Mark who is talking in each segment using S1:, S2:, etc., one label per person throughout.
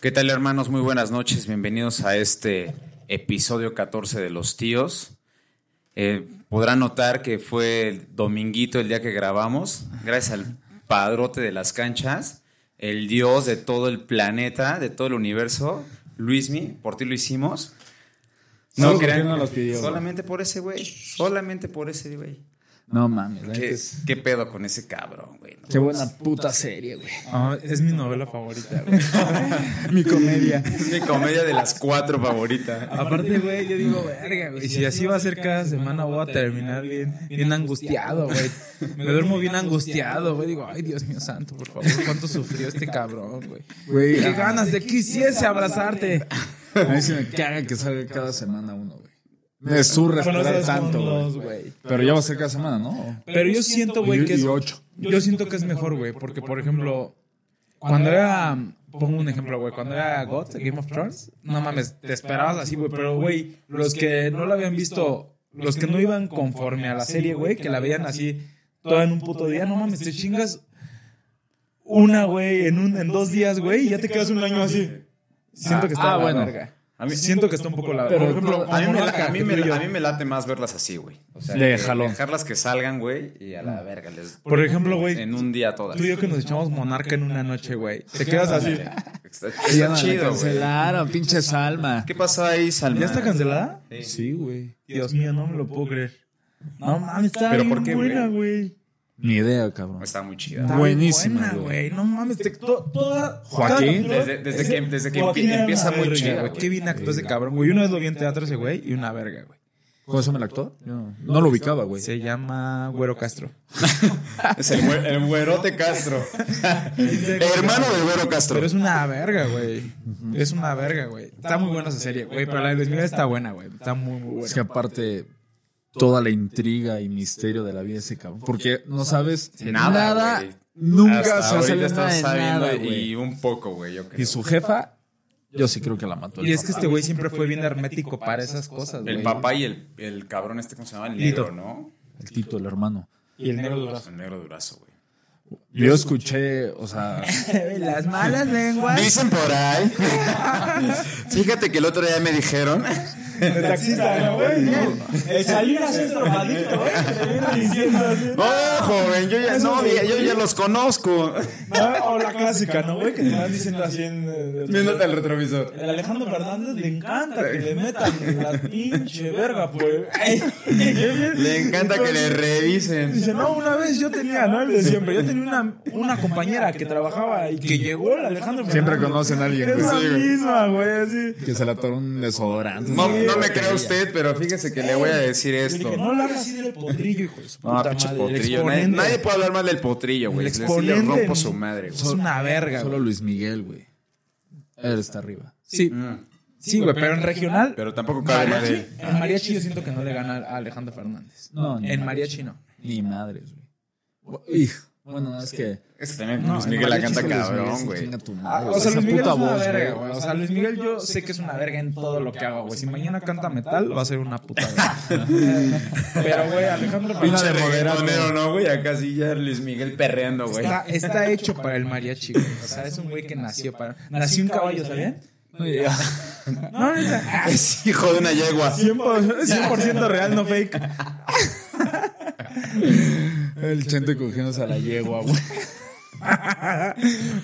S1: ¿Qué tal hermanos? Muy buenas noches, bienvenidos a este episodio 14 de Los Tíos. Eh, podrán notar que fue el dominguito el día que grabamos, gracias al padrote de las canchas, el dios de todo el planeta, de todo el universo, Luismi, por ti lo hicimos.
S2: No, porque
S1: crean-
S2: no los pidió, güey.
S1: solamente por ese güey, solamente por ese güey.
S2: No mames, la neta
S1: ¿Qué,
S2: es-
S1: qué pedo con ese cabrón, güey? No.
S2: qué buena puta serie, güey.
S3: Ah, es mi novela favorita, güey.
S2: Mi comedia.
S1: Es mi comedia de las cuatro favorita.
S3: Aparte, güey, yo digo, verga, güey. Si así va a ser cada semana, voy a terminar bien, bien angustiado, güey. Me duermo bien angustiado, güey. Digo, ay, Dios mío santo, por favor, cuánto sufrió este cabrón, güey.
S2: Güey,
S3: Qué ganas de quisiese abrazarte.
S2: a mí se me caga que salga cada semana uno, güey. Me surre
S3: Bueno,
S2: esperar
S3: esos son
S2: tanto,
S3: dos,
S2: güey. Pero ya va a ser cada semana, ¿no?
S3: Pero yo siento, güey,
S2: Y,
S3: que es.
S2: y ocho.
S3: Yo siento que es mejor, güey, porque, por ejemplo, cuando era. Pongo un ejemplo, güey. Cuando era GOT, Game of Thrones, no mames, te esperabas así, güey. Pero, güey, los que no la habían visto, los que no iban conforme a la serie, güey, que la veían así, toda en un puto día, no mames, te chingas una, güey, en, un, en dos días, güey, y ya te quedas un año así. Siento que está
S2: Ah,
S3: la
S2: bueno.
S3: verga.
S1: A mí,
S3: Siento que está un poco la
S2: Pero
S3: verga. Por ejemplo,
S1: A mí, me, la-
S3: Monaca,
S1: a mí
S3: que
S1: me-
S3: tú y yo-
S1: a mí me late más verlas así, güey. O sea,
S2: De
S1: que-
S2: jalón.
S1: dejarlas que salgan, güey, y a la verga. Les,
S3: Por ejemplo, güey,
S1: en un día todas.
S3: tú y yo que nos echamos monarca en una noche, güey. Te quedas así.
S1: Está, está
S2: Ya no la
S1: chido, güey.
S2: cancelaron, pinche Salma.
S1: ¿Qué pasó ahí, Salma?
S3: ¿Ya está cancelada?
S1: Sí.
S3: Sí, güey. Dios mío, no me lo puedo creer. No mames, está
S1: ¿Pero
S3: bien
S1: por qué,
S3: buena, güey.
S2: Ni idea, cabrón.
S1: Está muy chida.
S3: Está bien
S2: Buenísima,
S3: buena,
S2: güey.
S3: güey. No mames, te- to- toda.
S2: Joaquín.
S3: cada-
S1: Desde- desde
S3: ese-
S1: que- desde que
S3: Joaquín
S1: empie-
S3: era
S1: empieza
S3: una
S1: muy
S3: verga,
S1: chida, güey.
S3: Qué bien actuó ese cabrón, güey. Una vez lo vi en teatro ese güey y una verga, güey.
S2: ¿Cómo se llama el actor? Yo No, no lo ubicaba, güey.
S3: Se llama Güero Castro.
S1: Es el, güe- el güerote Castro. Hermano del güero Castro.
S3: Pero es una verga, güey. Es una verga, güey. Está muy buena esa serie, güey. Pero la de Luis Miguel está buena, güey. Está muy, muy
S2: Es que
S3: buena.
S2: aparte toda la intriga y misterio de la vida de ese cabrón. Porque no sabes
S1: Nada,
S2: nada,
S1: güey.
S2: nunca
S1: Hasta
S2: se va a
S1: ahorita
S2: saber
S1: estás
S2: nada de
S1: sabiendo
S2: nada,
S1: y
S2: güey.
S1: un poco, güey, yo creo.
S2: Y su jefa, yo sí creo que la mató. el
S3: Y es que
S2: papá.
S3: este güey siempre fue bien hermético para esas cosas, güey.
S1: El papá y el, el cabrón este, ¿cómo se llama? El negro,
S3: Lito.
S1: ¿no?
S2: El Tito, el hermano.
S3: Y el negro durazo.
S1: El negro durazo, güey.
S2: Yo escuché, o sea,
S3: Las malas lenguas.
S1: Dicen por ahí. Fíjate que el otro día me dijeron.
S3: El taxista, ¿no, güey? El Salinas es drogadicto, güey. que le viene diciendo así,
S1: Oh, joven, yo ya, no, ya- yo ya los conozco.
S3: ¿no? O la clásica, ¿no, güey? Que te van diciendo así en... eh,
S1: Viéndote al retrovisor.
S3: El Alejandro Fernández le encanta que le metan la pinche verga, pues. Ay,
S1: Le encanta que le revisen.
S3: Dice, no, una vez yo tenía, ¿no? El de siempre. Yo tenía una, una compañera que trabajaba y que llegó el Alejandro Fernández.
S2: siempre conocen a alguien
S3: Es la
S2: güey,
S3: misma, güey, así.
S2: que se le atoró un desodorante.
S1: No, no me
S2: creo
S1: crea usted, pero fíjese que le voy a decir
S3: Le
S1: esto.
S3: dije, no le hagas así del potrillo, hijo de su
S1: Ah,
S3: puta
S1: pinche
S3: madre. El
S1: potrillo. Nadie,
S3: exponente.
S1: nadie puede hablar mal del potrillo, güey.
S3: El
S1: Sí Le
S3: exponente.
S1: rompo su madre,
S3: Es
S1: güey.
S3: una verga,
S2: Solo
S3: güey.
S2: Luis Miguel, güey. Él está arriba.
S3: Sí, sí, güey, pero en regional,
S1: Mm, Pero tampoco cabe mal de
S3: mariachi,
S1: él.
S3: en mariachi yo siento que no le gana a Alejandro Fernández.
S2: No, ni
S3: En
S2: madres.
S3: mariachi no.
S2: Ni madres, güey. Hijo, bueno, no, es que. Ah,
S1: Es que también
S3: No,
S1: Luis
S3: el
S1: Miguel la
S3: mariachi
S1: canta
S3: es
S2: Luis Miguel
S1: cabrón,
S2: sí
S1: güey.
S2: chinga tu madre,
S3: Ah, O sea,
S2: esa
S3: Luis Miguel es
S2: puta
S3: una
S2: voz,
S3: verga,
S2: güey.
S3: güey. O sea, Luis Miguel yo sé que es una verga en todo lo que hago, güey. Si mañana canta metal, va a ser una puta verga. Pero, güey, Alejandro
S2: Pinche
S3: Fernández
S1: Reggaetonero, ¿no, güey? Acá sí ya Luis Miguel perreando, güey.
S3: está, está hecho para el mariachi, güey. O sea, es un güey que nació para... Nació un caballo, ¿sabían? No, neta.
S1: Es hijo de una yegua.
S3: 100%, 100 real, no fake.
S2: El chente cogiéndose a la yegua, güey.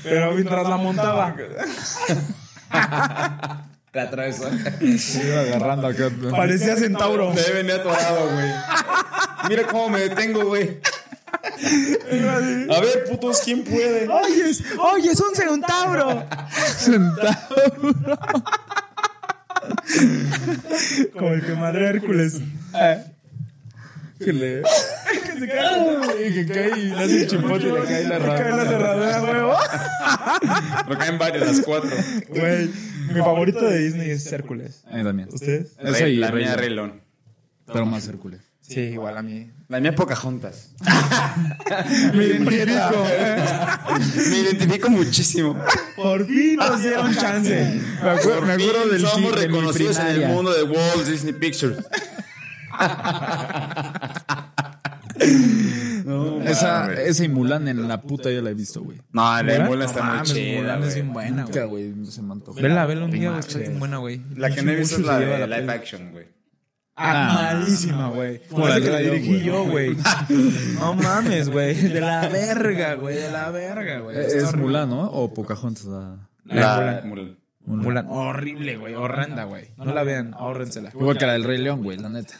S3: Pero mientras la montaba...
S1: La atravesó.
S2: Se iba agarrando acá.
S3: Parecía centauro.
S1: Me venía atorado, güey. Mira cómo me detengo, güey. A ver, putos, ¿quién puede?
S3: Oye, es, oye, es un centauro.
S2: Sentado.
S3: Como el que madre Hércules.
S2: Que le. Y que cae y le hace chipote y le cae la
S3: Cae la
S2: rama.
S3: cerradura, huevo.
S1: Lo caen varias, las cuatro.
S3: Güey, mi favorito de Disney es Hércules.
S2: A mí también.
S3: ¿Ustedes?
S2: Esa y
S1: la
S2: Rey
S1: mía
S2: León,
S1: Relón.
S2: Pero más Hércules.
S3: Sí, igual a mí.
S1: La mía Pocahontas.
S3: Me identifico.
S1: Me identifico muchísimo.
S3: Por fin nos dieron chance.
S2: Me acuerdo, me acuerdo del
S1: Somos
S2: kit de mi
S1: reconocidos en el
S2: primaria.
S1: mundo de Walt Disney Pictures.
S2: Ese esa,
S1: güey.
S2: esa y Mulan en la puta ya la he visto, güey.
S1: No, la de
S3: ¿Mulan?
S1: Mulan está
S3: No
S1: muy
S3: mames,
S1: chida.
S3: Mulan es
S1: güey.
S3: bien buena, güey.
S2: Nunca, güey, se me antoja.
S3: Vela, vela un día, güey.
S2: mames.
S3: Está bien buena, güey.
S1: La que no he visto es
S3: Mucho
S1: la
S3: se lleva
S1: de
S3: la
S1: live
S3: pena.
S1: action, güey.
S3: Ah, malísima, güey. Como la que la dirigí yo, güey. No mames, güey. De la verga, güey. De la verga, güey.
S2: Es,
S3: Está
S2: es
S3: horrible.
S2: Mulan, ¿no? O Pocahontas. ah. la-
S3: La de
S1: La
S3: Mulan.
S1: Mulan.
S3: Mulan. Horrible, güey. Horrenda, güey. No la vean. Ahórrensela.
S2: Igual que la del Rey León, güey, la neta.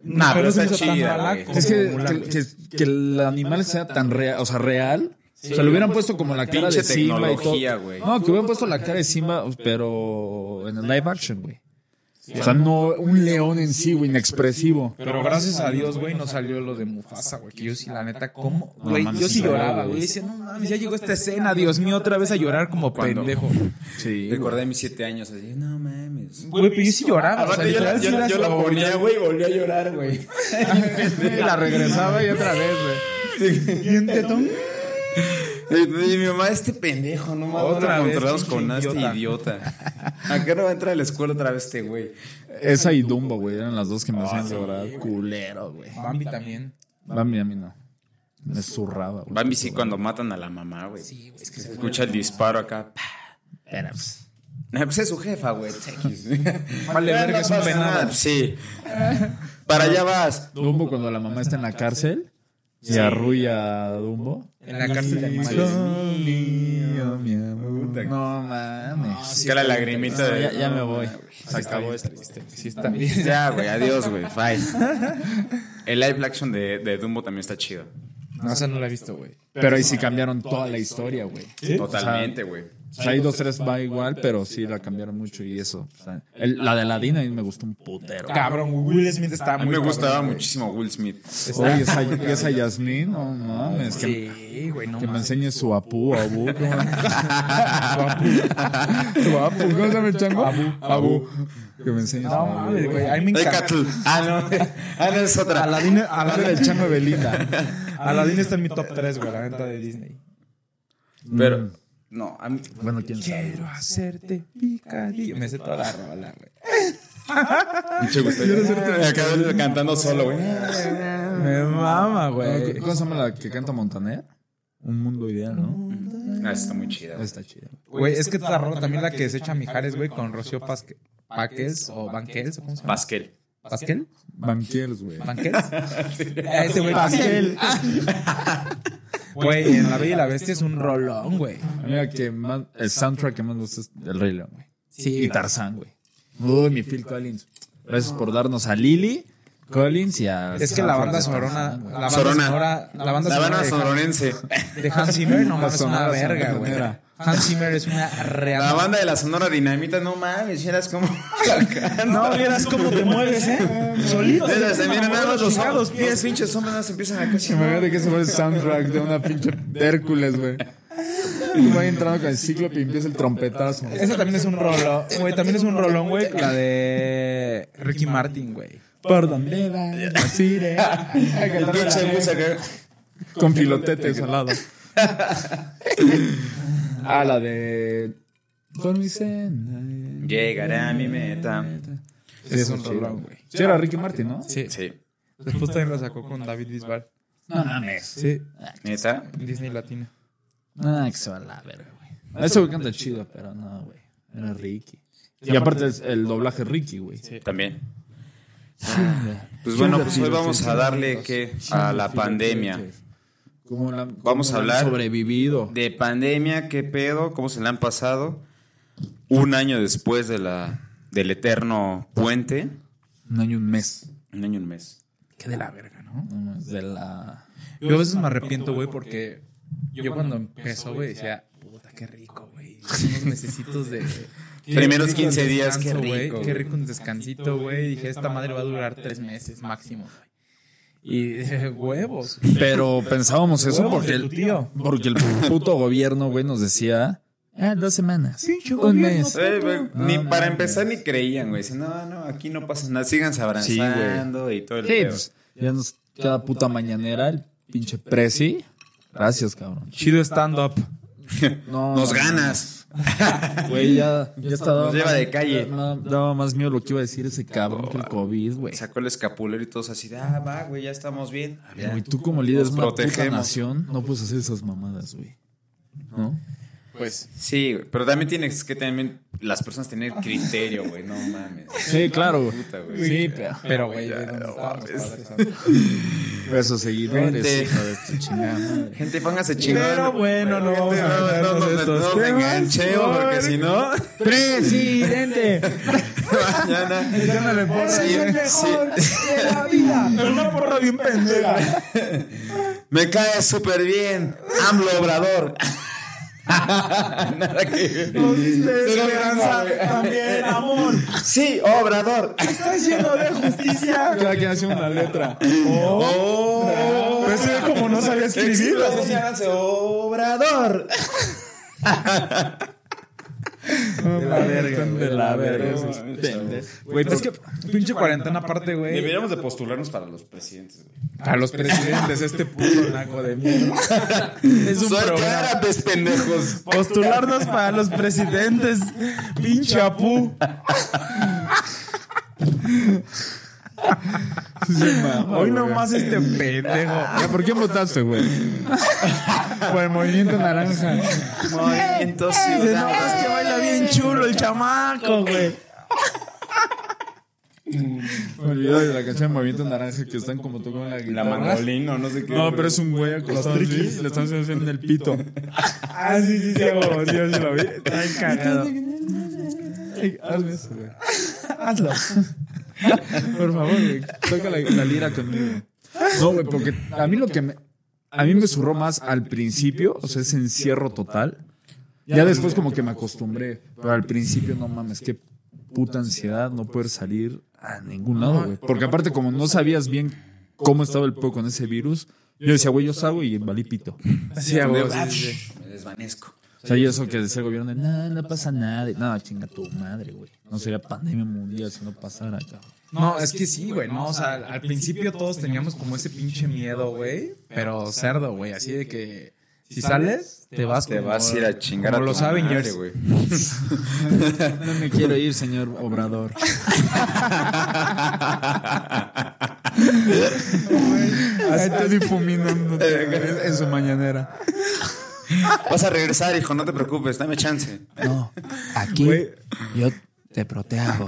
S1: Nah, pero
S3: no se
S1: está
S3: me hizo tan
S1: chida,
S3: mala
S1: güey.
S3: como
S2: Es que,
S3: Mulan,
S2: que,
S3: güey.
S2: que- que el animal sea tan real, o sea, real. o sea, lo hubieran puesto como la cara
S1: Pinche
S2: de Simba y todo.
S1: tecnología, güey.
S3: Ah.
S2: No, que hubieran puesto la cara de Simba, pero en el live action, güey. O sea, no un león en sí, güey, inexpresivo.
S3: Pero gracias a Dios, güey, no salió lo de Mufasa, güey. Que yo sí, la neta, ¿cómo?
S2: No
S3: Güey,
S2: mames,
S3: yo
S2: sí
S3: sí
S2: salió,
S3: lloraba,
S2: güey.
S3: güey. Decía, no mames, ya llegó esta escena, Dios mío, otra vez a llorar como
S1: Cuando-
S3: pendejo.
S2: Sí.
S1: Recordé mis siete años así, no mames.
S3: Güey, pero yo sí lloraba. o sea,
S1: Aparte, yo la-
S3: literal, sí
S1: yo la-
S3: era
S1: yo la
S3: como-
S1: ponía, güey, y volví a llorar, güey.
S2: La regresaba y otra vez, güey.
S1: Y mi mamá, este pendejo, no mames.
S3: Otra
S1: Otra
S3: vez,
S1: encontramos
S3: pinche
S1: con este idiota. ¿A qué no va a entrar a la escuela otra vez este güey?
S2: Esa y Dumbo, güey, eran las dos que me hacían llorar. Culero, güey.
S3: Bambi también.
S2: Bambi a mí no. Me zurraba, güey.
S1: Bambi sí cuando matan a la mamá, güey. Sí, güey. Es que se escucha el disparo acá. pa.
S2: Pero, pues,
S1: Ah, Pues es su jefa, güey. X.
S3: Vale,
S1: Ya, no
S3: verga, es un
S1: pasa
S3: venado.
S1: nada, Sí. Para allá vas.
S2: Dumbo cuando la mamá está en la cárcel y arrulla a Dumbo.
S3: En la cárcel de
S2: Sí.
S3: Mario.
S2: No mames.
S1: Que la lagrimita de. Ah,
S2: Ya, ya me voy. este
S1: Se acabó esto.
S3: Sí, está bien.
S1: Ya, güey. Adiós, güey. Bye. El live action de, de Dumbo también está chido.
S3: No, esa no la he visto, güey.
S2: Pero ahí sí cambiaron toda la historia, güey.
S1: Totalmente, güey.
S2: O sea, hay dos, tres va igual, pero sí la cambiaron mucho y eso. o sea, el- la de Aladina a mí me gustó un putero.
S3: Cabrón, güey, Will Smith estaba
S1: A
S3: muy
S1: mí me
S3: cabrón,
S1: gustaba
S3: güey.
S1: muchísimo Will Smith.
S2: Oye, esa, esa Yasmín, no mames. Que,
S3: Sí, güey, no
S2: que me
S3: mames.
S2: enseñe su apú, abú. ¿cómo? Su apú. ¿Cómo se llama el chango? Abu. Abu. Que me enseñe su
S3: No
S2: abú.
S3: mames, güey. A mí me encanta.
S1: Taikatl. Ah, no. Ah, no, es otra.
S3: Aladín,
S2: Ese era el chango de Belinda.
S3: Aladín está en mi top 3, güey, la venta de Disney. Mm.
S1: Pero. No, a mí.
S2: Bueno, quién sabe.
S3: Quiero hacerte picadillo. Me sé toda la rola, güey.
S1: Mucho gusto. Acabo cantando solo, güey. Ah,
S3: Me mama,
S2: Eh, ¿Cómo se llama la que canta Montaner? Un mundo ideal,
S3: Mm.
S2: ¿no?
S1: Ah, está muy chida. güey.
S2: Está chida.
S3: Güey, es que esta rola también la que se echa Mijares, güey, con Rocío Pasque- Páquez o Banquels, o ¿cómo se llama?
S1: Pasquel.
S3: ¿Pasquel?
S2: Banquiers, güey.
S3: ¿Banquels? Ah, Ese güey, Pasquel. Güey, en La Bella y la Bestia es un rolón, güey.
S2: Mira que más, el soundtrack que más me gusta es El Rey León, güey.
S3: Sí,
S2: Y Tarzán, güey. Uy, mi Phil Collins. Gracias por darnos a Lily, Collins y a...
S3: Es que la banda sonora, la banda
S1: Sorona.
S3: sonora, la banda
S1: La
S3: sonora
S1: Habana
S3: de Han-
S1: sonorense.
S3: de Hans Zimmer no mames, es
S2: sonora
S3: una verga, güey.
S2: sonorenera.
S3: Hans Zimmer es una real.
S1: La banda de la Sonora Dinamita, no mames, eras como.
S3: No vieras cómo te mueves, ¿eh? Solito.
S1: Mira, se miran nada más los
S3: chingados
S1: pies, pinches hombres, nada más empiezan a
S2: Me
S1: cocinar.
S2: imagino que se fue el soundtrack de una pinche Hércules, güey. Y va entrando con el cíclope y empieza el trompetazo.
S3: Ese también es un rolón, güey. También es un rolón, güey. La de Ricky Martin, güey.
S2: ¿Por dónde va? Así de-
S1: El pinche bus acá.
S2: Con filotetes al lado. ah, la de... Por mi cena.
S1: Llegaré a mi meta.
S2: Ese es un rolón, güey. Sí, era Ricky Martin, ¿no?
S3: Sí.
S1: Sí,
S3: Después también la sacó con David Bisbal.
S2: No mames.
S3: Sí.
S1: neta.
S3: Disney Latina.
S2: Ah, que se va a la verga, güey. Ese güey canta chido, pero no, güey. Era Ricky. Y aparte es el doblaje Ricky, güey.
S1: También. Pues bueno, pues hoy vamos a darle que a la pandemia.
S2: Como la-
S1: Vamos
S2: como
S1: a
S2: la
S1: hablar
S2: han Sobrevivido.
S1: De pandemia, ¿qué pedo? ¿Cómo se le han pasado? Un año después de la, del eterno puente.
S2: Un año y un mes.
S1: Un año y un mes.
S3: Qué de la verga, ¿no?
S2: No mames, De la.
S3: Yo a veces me arrepiento, güey, porque yo cuando empezó, güey, decía, puta, qué rico, güey. Unos necesitos de.
S1: Primeros 15
S3: de
S1: días, qué
S3: descanso, güey,
S1: rico.
S3: Qué rico un descansito, güey. Dije, esta madre va a durar tres meses máximo, güey. Y eh, huevos.
S2: Pero pensábamos eso
S3: Huevos
S2: porque
S3: de
S2: el,
S3: tu tío.
S2: porque el puto gobierno, güey, nos decía. Ah, dos semanas. un
S3: gobierno,
S2: mes.
S1: Eh, güey, ni
S2: No,
S1: para
S2: no,
S1: empezar ni creían, güey. Dicen, no, no, aquí no pasa nada. Síganse abrazando y todo el
S2: Sí,
S1: pedo.
S2: pues, ya nos cada puta mañanera el pinche Prezi. Gracias, cabrón.
S3: Chido stand-up.
S2: No,
S1: Nos
S2: no,
S1: ganas.
S2: Güey, ya, ya estaba.
S1: Nos lleva de calle.
S2: Daba, daba más miedo lo que iba a decir ese cabrón que el COVID, güey.
S1: Sacó el escapulario y todos así, de, ah, va, güey, ya estamos bien. Ya.
S2: Güey, tú como líder de
S1: Nos
S2: una puta
S1: protegemos.
S2: nación no puedes hacer esas mamadas, güey. ¿No?
S3: Pues.
S1: Sí, güey, pero también tienes que también las personas tener criterio, güey, no mames.
S2: Sí, claro, güey.
S1: Puta, güey.
S2: Sí, pero.
S3: Pero, güey, ¿de dónde estábamos para eso?
S2: Besos
S1: Gente.
S2: seguidores, hijo de tu chingada madre.
S1: Gente, póngase chingón.
S3: Pero bueno, no vamos
S1: Gente,
S3: a
S1: no,
S3: hablar
S1: no, no,
S3: de
S1: no,
S3: estos
S1: no se
S3: temas.
S1: engancheo, porque si no,
S2: ¡Presidente!
S1: mañana.
S3: Echándole porra.
S1: Sí, sí.
S3: Pero una porra bien pendeja.
S1: Me cae súper bien. AMLO Obrador. Nada que ver.
S3: Esperanza también, amor.
S1: Sí, Obrador.
S3: Estás lleno de justicia.
S2: Cada quien hace una letra.
S1: Oh.
S3: Pues es como no sabía escribir.
S1: Explícate, Obrador.
S3: De la verga.
S2: Están
S3: De la verga.
S4: este,
S3: esos
S2: pendejos.
S3: Güey, es que pinche cuarentena aparte, güey.
S4: Deberíamos de postularnos para los presidentes, güey.
S3: A los presidentes, este puto naco de mierda. Es un
S1: Soy
S3: programa.
S1: árabes, pendejos.
S3: Postularnos para los presidentes. Pinche apú. Hoy nomás este pendejo.
S2: Ya, ¿Por qué votaste, güey?
S3: Por el movimiento naranja.
S1: Movimiento
S3: Dice, no, es que baila bien chulo el chamaco, güey.
S2: Me olvidé de la canción de Movimiento Naranja que están como tocando la
S4: La
S2: guitarra.
S4: mangolina, no sé qué.
S2: No, pero es un güey acostado así, le están haciendo el pito.
S3: Ah, sí, sí, sí, hago. Sí, sí, lo vi. Está encargado.
S2: Hazme eso, güey. Hazlo. Por favor, güey. Toca la, la lira conmigo. No, güey, porque a mí lo que me... A mí me zurró más al principio, o sea, ese encierro total. Ya después como que me acostumbré, pero al principio no mames, qué puta ansiedad no poder salir a ningún lado, güey. Porque aparte como no sabías bien cómo estaba el pueblo con ese virus, yo decía, güey, yo salgo y valí pito.
S3: Sí, hago.
S1: Me desvanezco.
S2: O sea, y eso que decía el gobierno, nada, no pasa nada. Nada, chinga tu madre, güey. No sería pandemia mundial si no pasara, cabrón.
S3: No, es que sí, güey, no, o sea, al, al principio todos teníamos como ese pinche miedo, güey, pero cerdo, güey, así de que si sales, te vas
S1: Te
S3: como-
S1: vas a ir a chingar
S3: como
S1: a tu
S3: los
S1: madre,
S3: Avengers.
S1: güey.
S2: No me quiero ir, señor Obrador. Está difuminando en su mañanera.
S1: Vas a regresar, hijo, no te preocupes, dame chance.
S5: No, aquí yo te protejo.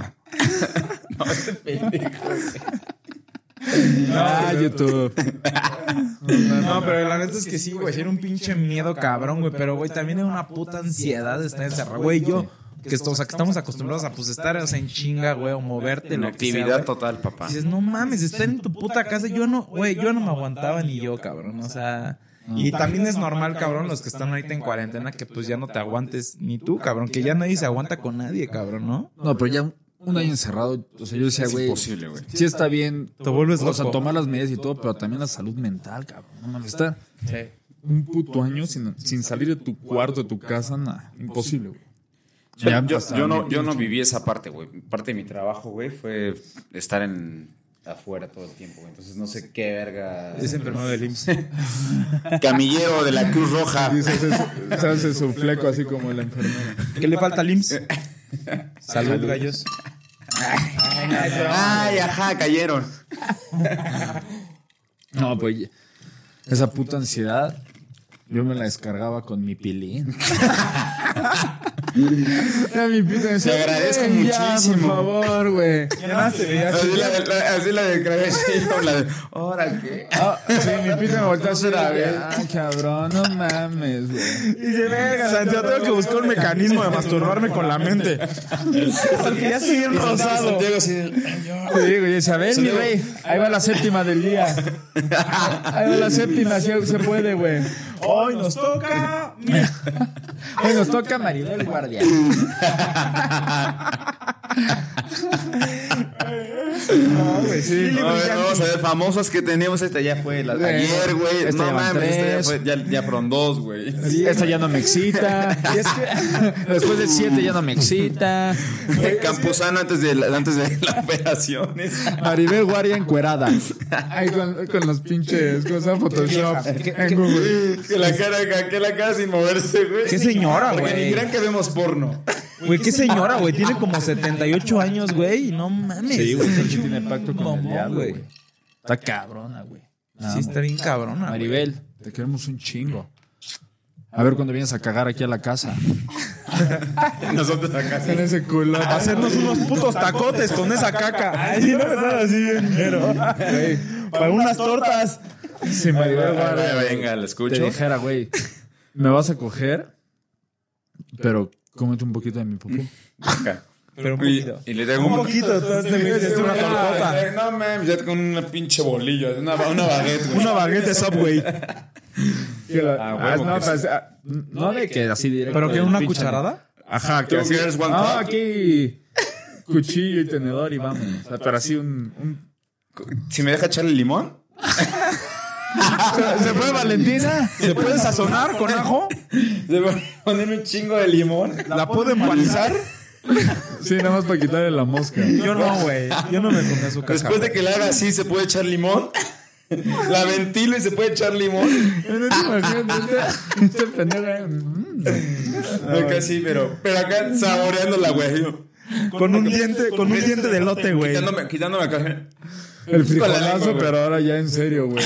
S2: Ah, YouTube.
S3: No, pero la neta es que sí, güey, sí era un pinche miedo cabrón, güey, pero güey, también era una puta ansiedad de estar encerrado, güey, yo, que, esto- o sea, que estamos acostumbrados a pues estar, o sea, en chinga, güey, o moverte,
S1: En
S3: lo que sea,
S1: actividad
S3: güey.
S1: total, papá.
S3: Dices, no mames, estar en tu puta casa. Yo no, güey, yo no me aguantaba ni yo, cabrón. O sea, y también es normal, cabrón, los que están ahorita en cuarentena, que pues ya no te aguantes ni tú, cabrón. Que ya nadie se aguanta con nadie, cabrón, ¿no?
S2: No, pero ya un, un año encerrado, o sea, yo decía,
S1: Es
S2: güey.
S1: imposible, güey.
S2: Sí está bien.
S3: Te vuelves
S2: O sea,
S3: loco.
S2: tomar las medidas y todo, pero también la salud mental, cabrón. No mames, está
S3: Sí.
S2: un puto año sin, sin salir de tu cuarto, de tu casa, nada. Imposible, güey. Ya
S1: yo,
S2: hasta
S1: yo
S2: me
S1: no, yo no viví esa parte, güey. Parte de mi trabajo, güey, fue estar en afuera todo el tiempo, güey. Entonces no sé qué verga.
S3: Es enfermero del IMSS.
S1: Camillero de la Cruz Roja.
S2: Sí, se hace su- se hace su fleco así como la enfermera.
S3: ¿Qué le falta al IMSS? Salud, gallos.
S1: Ay, ajá, cayeron.
S2: No, pues ya- esa puta ansiedad, yo me la descargaba con mi pilín. Era mi pilín, decía,
S1: Te agradezco
S2: "Güey, ya,
S1: muchísimo".
S2: por favor, güey.
S3: Ya nada se veía
S1: Así la, la- así la de Crash, con la de. ¿Ahora qué?
S2: Ah, sí, mi pilín me volteó a hacer a ver. Ah, cabrón, no mames, güey.
S3: Y dice, verga, Santiago, tengo que buscar un mecanismo de masturbarme con la mente. Porque ya estoy bien rosado.
S2: Te digo, y dice, a ver, mi rey, ahí va la séptima del día. Ahí va la séptima, si se puede, güey.
S3: Hoy nos toca.
S2: Hoy nos toca Maribel Guardia.
S3: No, güey, sí.
S1: A ver, vamos a ver, famosas que tenemos. Esta ya fue la, ayer, güey.
S5: esta
S1: no
S5: ya van
S1: mames, esta ya,
S5: tres.
S1: fue, ya, ya fueron dos, güey.
S5: Esta ya no me excita. Después de siete ya no me excita.
S1: Campuzano antes de, la, antes de la operación.
S5: Maribel Guardia encuerada.
S2: Ay, con, con los pinches cosas Photoshop en Google.
S4: Que la cara, que la cara sin moverse, güey.
S3: Qué señora,
S4: Porque ni
S3: güey.
S4: crean que vemos porno.
S3: Güey, qué señora, güey. Tiene como 78 años, güey. y No mames.
S2: Sí, güey, sí tiene pacto con el
S3: Mamón,
S2: diablo,
S3: güey.
S2: güey.
S5: Está cabrona, güey.
S3: Sí, está bien cabrona. güey.
S5: Maribel,
S2: Te queremos un chingo. A ver cuando vienes a cagar aquí a la casa.
S4: Nosotros acá.
S2: En ese culo.
S3: Hacernos unos putos tacotes con esa caca. Ay, sí, no me están así bien, pero. Para unas tortas.
S2: Si Maribel Guardia
S1: Venga, la
S2: te
S1: escucho.
S2: dijera, güey, me vas a coger, pero cómete un poquito de mi popó.
S1: Acá.
S3: Pero un
S1: Y,
S3: poquito.
S1: y le traigo
S3: Un
S1: un,
S3: poquito, entonces me dices una tortota.
S4: No mames, ya con una pinche bolilla, una, una baguette, güey.
S3: Una baguette Subway.
S2: Que la-
S1: Ah,
S2: ah,
S1: huevo
S2: no,
S1: que
S2: pues, ah, no de que así directo.
S3: ¿Pero que
S2: del
S3: una
S2: pinche-
S3: cucharada?
S2: Ajá, que
S4: Two
S2: así.
S4: girls, one
S2: No,
S4: cup.
S2: aquí cuchillo y tenedor y vamos. O sea, pero así un. un-
S1: Si me deja echarle limón.
S3: ¿Se puede Valentina? ¿Se puede sazonar con ajo?
S4: Debo ponerme un chingo de limón.
S3: ¿La puedo empanizar?
S2: Sí, nada más para quitarle la mosca.
S3: Yo no, güey. Yo no me comí azúcar.
S4: Después de que la haga así, se puede echar limón. La ventilo y se puede echar limón.
S2: No te imaginas, este- este pendejo, eh, mm.
S4: Acá sí, pero, pero acá saboreándola, güey. Yo,
S3: Con un diente, con un diente de lote, güey.
S4: Quitándome, quitándome acá.
S2: El
S4: Con la lengua,
S2: frijolazo,
S4: güey.
S2: pero ahora ya en serio, güey.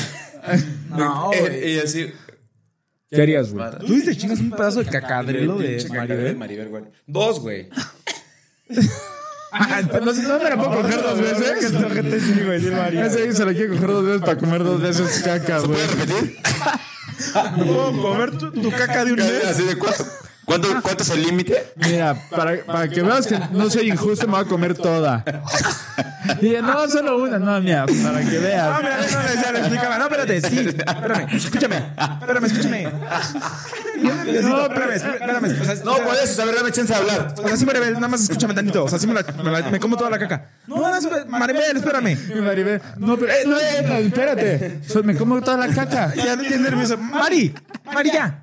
S3: No,
S4: Eh, y así.
S2: ¿Qué harías, güey?
S3: Tú dices, chingas un pedazo de cacadrilo de
S4: Pinche cacadrilo de
S3: Maribel.
S4: Maribel, güey. Dos, güey.
S3: Ah, no, no me la puedo coger dos veces. Que esta gente sí, güey, sí, Maribel.
S2: Ese ahí se la quiere coger dos veces para comer dos veces caca, güey.
S3: ¿Me puedo comer tu, tu caca de un mes?
S1: Así de cuánto. ¿Cuánto, cuánto es el límite?
S2: Mira, para, para que veas que no soy injusto, me voy a comer toda. Y ella, no, solo una, no, mira, para que
S3: No,
S2: veas.
S3: mira, no, no, ya le explicaba. No, espérate, sí. Espérame, escúchame. Espérame, escúchame. No, espérame, espérame. O sea,
S1: No, por eso, a ver, dame chance de hablar.
S3: O sea, sí, Maribel, nada más escúchame tantito. O sea, sí me, la, me, la- me como toda la caca. No, no, sí, Maribel, espérame.
S2: Y Maribel, no, pero, eh, no, eh, no, espérate, So- me como toda la caca.
S3: Ya no tienes nervioso. Mari, Mari, ya.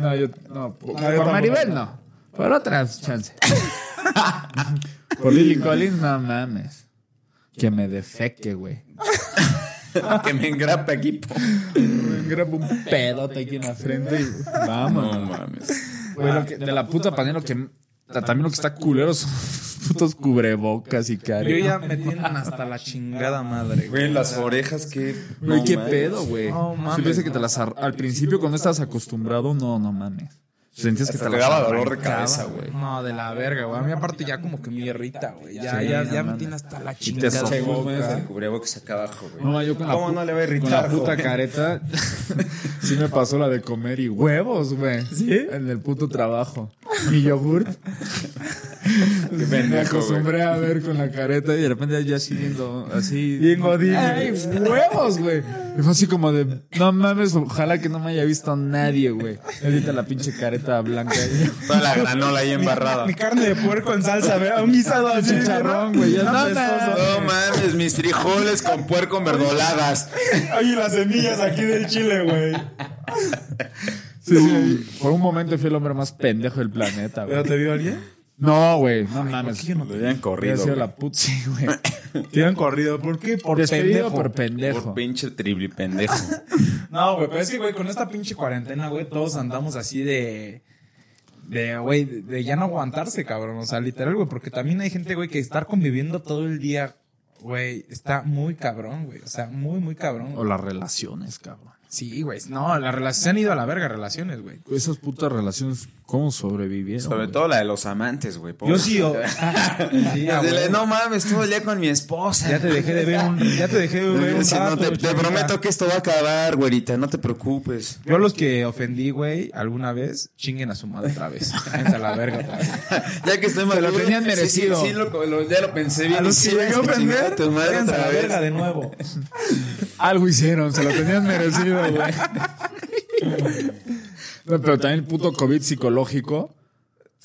S2: No, yo, no, por- por Maribel no, por otras chance. Por Lily Collins, no mames. Que me defeque, güey.
S1: Que me engrape aquí. po.
S2: Me engrapo un pedote aquí en la frente y vamos.
S1: No mames.
S2: Güey, lo que- de la puta panela, lo que. También lo que está culero son putos cubrebocas y
S3: Yo
S2: cariño.
S3: ya me tienen hasta la chingada madre.
S1: Güey, las orejas que.
S2: Güey,
S1: no
S2: qué
S1: mames.
S2: pedo, güey.
S3: No mames.
S2: Si piensas que te las ar- al principio cuando estás acostumbrado, no, no mames. Sentías que
S1: Hasta
S2: te
S1: te
S2: las
S1: daba dolor de
S2: arrancaba,
S1: cabeza, güey.
S3: No, de la verga, güey. A mí aparte ya como que me irrita, güey. Ya, ya, ya me tiene hasta la
S2: Te
S3: chingada.
S2: sofoca.
S1: El cubrebocas acá abajo, güey.
S2: No, yo con la,
S4: ¿Cómo
S2: pu-
S4: no le va a
S2: con la
S4: irritar?
S2: puta
S4: joven?
S2: careta sí me pasó la de comer y huevos, güey. ¿Sí? En el puto trabajo. Mi yogurt. me
S1: pendejo,
S2: acostumbré a ver con la careta y de repente yo así viendo así.
S3: Bien godín, güey.
S2: ¡Ay, huevos, güey! Y fue así como de, no mames, ojalá que no me haya visto nadie, güey. Ahorita la pinche careta blanca. ahí.
S1: Toda la granola ahí embarrada.
S3: Mi carne de puerco en salsa, ¿verdad? Un guisado así.
S2: Chicharrón,
S3: ¿no?
S2: güey, ya
S3: No,
S2: no,
S3: pestoso.
S1: No mames, mis frijoles con puerco en verdolagas.
S3: Ay, las semillas aquí del chile, güey.
S2: Sí, sí, Por un momento fui el hombre más pendejo del planeta,
S3: ¿Pero
S2: güey.
S3: te vio alguien?
S2: No, güey, no mames.
S3: yo no
S1: Lo habían
S2: Había
S1: corrido.
S2: sido
S1: güey.
S2: la puta, sí, güey.
S3: Te han corrido. ¿Por qué? Por
S2: Despedido
S3: pendejo.
S2: por pendejo.
S1: Por pinche triple pendejo.
S3: No, güey, pero es que, güey, con esta pinche cuarentena, güey, todos andamos así de. De, güey, de, de ya no aguantarse, cabrón. O sea, literal, güey, porque también hay gente, güey, que estar conviviendo todo el día, güey, está muy cabrón, güey. O sea, muy, muy cabrón.
S2: O
S3: güey.
S2: las relaciones, cabrón.
S3: Sí, güey. No, las relaciones se han ido a la verga, relaciones, güey.
S2: Esas putas relaciones, ¿cómo sobrevivieron?
S1: Sobre
S2: güey?
S1: todo la de los amantes, güey. pobre.
S3: Yo sí, o. Sí, a
S1: Dile,
S3: huevo.
S1: no mames, todo el día con mi esposa.
S3: Ya te dejé de ver un. Ya te dejé de ver un.
S1: Sí, no,
S3: rato,
S1: te, te
S3: chavita.
S1: prometo que esto va a acabar, güerita. No te preocupes.
S3: Yo a los que ofendí, güey, alguna vez, chinguen a su madre otra vez. Váyanse a la verga otra vez.
S1: Ya que estoy mal,
S2: lo tenían merecido.
S1: Sí, sí, lo, lo- ya lo pensé bien.
S3: A los
S1: Sí,
S3: que llegué a
S1: chinga
S3: ofender,
S1: tu madre
S3: váyanse a
S1: otra
S3: la
S1: vez.
S3: verga de nuevo.
S2: Algo hicieron, se lo tenían merecido, güey. No, pero también el puto COVID psicológico.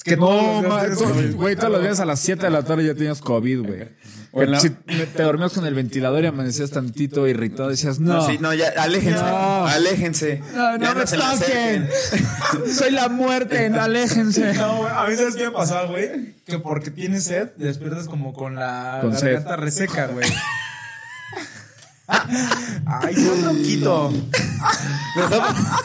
S2: Que no,
S3: no,
S2: ma-
S3: no, no, no.
S2: güey, todos los días a las 7 de la tarde ya tenías COVID, güey.
S1: O en la-
S2: Si te dormías con el ventilador y amanecías tantito irritado, decías, no,
S1: Sí, no, ya, aléjense.
S2: No.
S1: Aléjense.
S2: no, no
S1: Ya
S2: me
S1: se me
S2: toquen.
S1: acerquen.
S2: Soy la muerte, no, aléjense.
S3: No, güey, a mí sabes qué me pasaba, güey. Que porque tienes sed, despiertas como con la
S2: Con sed.
S3: garganta reseca, güey. Ay, qué loquito.
S1: Les ha,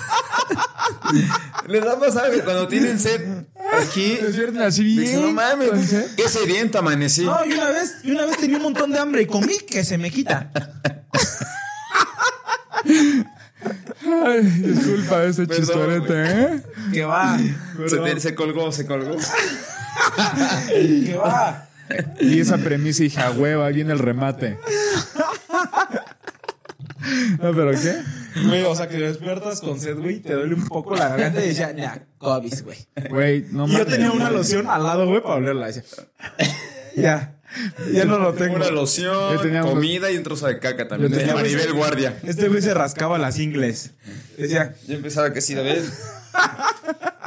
S1: les ha pasado que cuando tienen sed aquí,
S2: Despierten así
S1: dicen, no
S2: bien.
S1: mames, qué sediento amanecí.
S3: No, y una vez, y una vez tenía un montón de hambre y comí que se me quita.
S2: Ay, disculpa ese
S1: Perdón,
S2: chistorete, ¿eh?
S3: Que va,
S1: Se, te- se colgó, se colgó.
S3: que va.
S2: Y esa premisa, hija hueva, ahí viene el remate. No, pero ¿qué?
S3: Güey, o sea, que despiertas con sed, güey, y te duele un poco la garganta y decía, nah, COVID, güey.
S2: Güey, no
S3: Y yo
S2: mames.
S3: tenía una loción al lado, güey, para olerla. Decía, ya, ya no lo tengo.
S1: Una loción,
S2: Yo tenía unos-
S1: comida y un trozo de caca también.
S2: Yo tenía
S1: De Maribel Guardia.
S3: Este güey se rascaba las ingles. Decía,
S1: Yo empezaba que sí, a ver.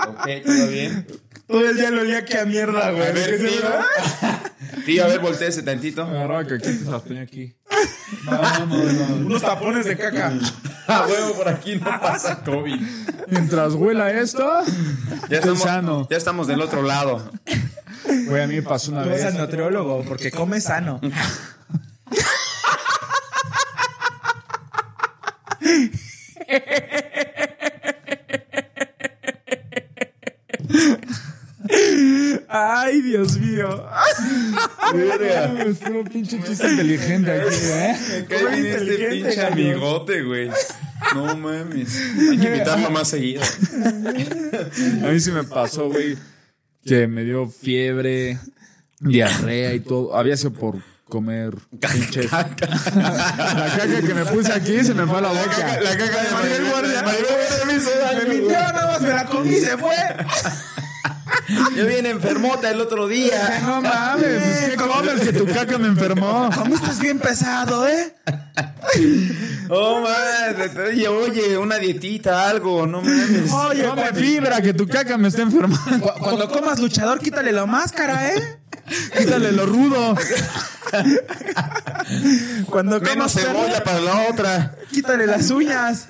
S1: Ok, todo bien.
S3: todo el día lo olía que a mierda, güey.
S1: A ver,
S3: Que se-
S1: tío. Tío, a ver, volteese tantito.
S2: Agarraba caquitos, las ponía aquí.
S3: Unos tapones de caca.
S1: Ah, huevo, por aquí no pasa COVID.
S2: Mientras huela esto,
S1: Ya
S2: sano.
S1: estamos, ya estamos del otro lado.
S2: güey, a mí me pasó una
S3: Tú eres
S2: vez.
S3: al nutriólogo porque come sano. Ay, Dios mío.
S2: Verga. Estuvo pinche chiste inteligente aquí, ¿eh?
S1: Qué
S3: Muy
S1: bien este
S3: inteligente,
S1: pinche
S3: Carlos.
S1: amigote, güey. No mames. Hay que invitarlo más seguido.
S2: A mí sí me pasó, güey. Que me dio fiebre, diarrea y todo. Había sido por comer pinche. La caca que me puse aquí se me fue a la boca.
S1: La caca de Maribel Guardia.
S3: Yo nada más me la comí y se fue.
S1: Yo vine enfermota el otro día.
S2: No mames, pues, ¿qué comes? Que tu caca me enfermó.
S3: Comiste bien pesado, ¿eh?
S1: Oh, mames. Oye, oye, una dietita, algo. No mames.
S2: Oye, come fibra, que tu caca me está enfermando.
S3: Cu- Cuando comas luchador, quítale la máscara, ¿eh?
S2: Quítale lo rudo.
S3: Cuando
S1: Menos
S3: comas perro,
S1: cebolla para la otra.
S3: quítale las uñas.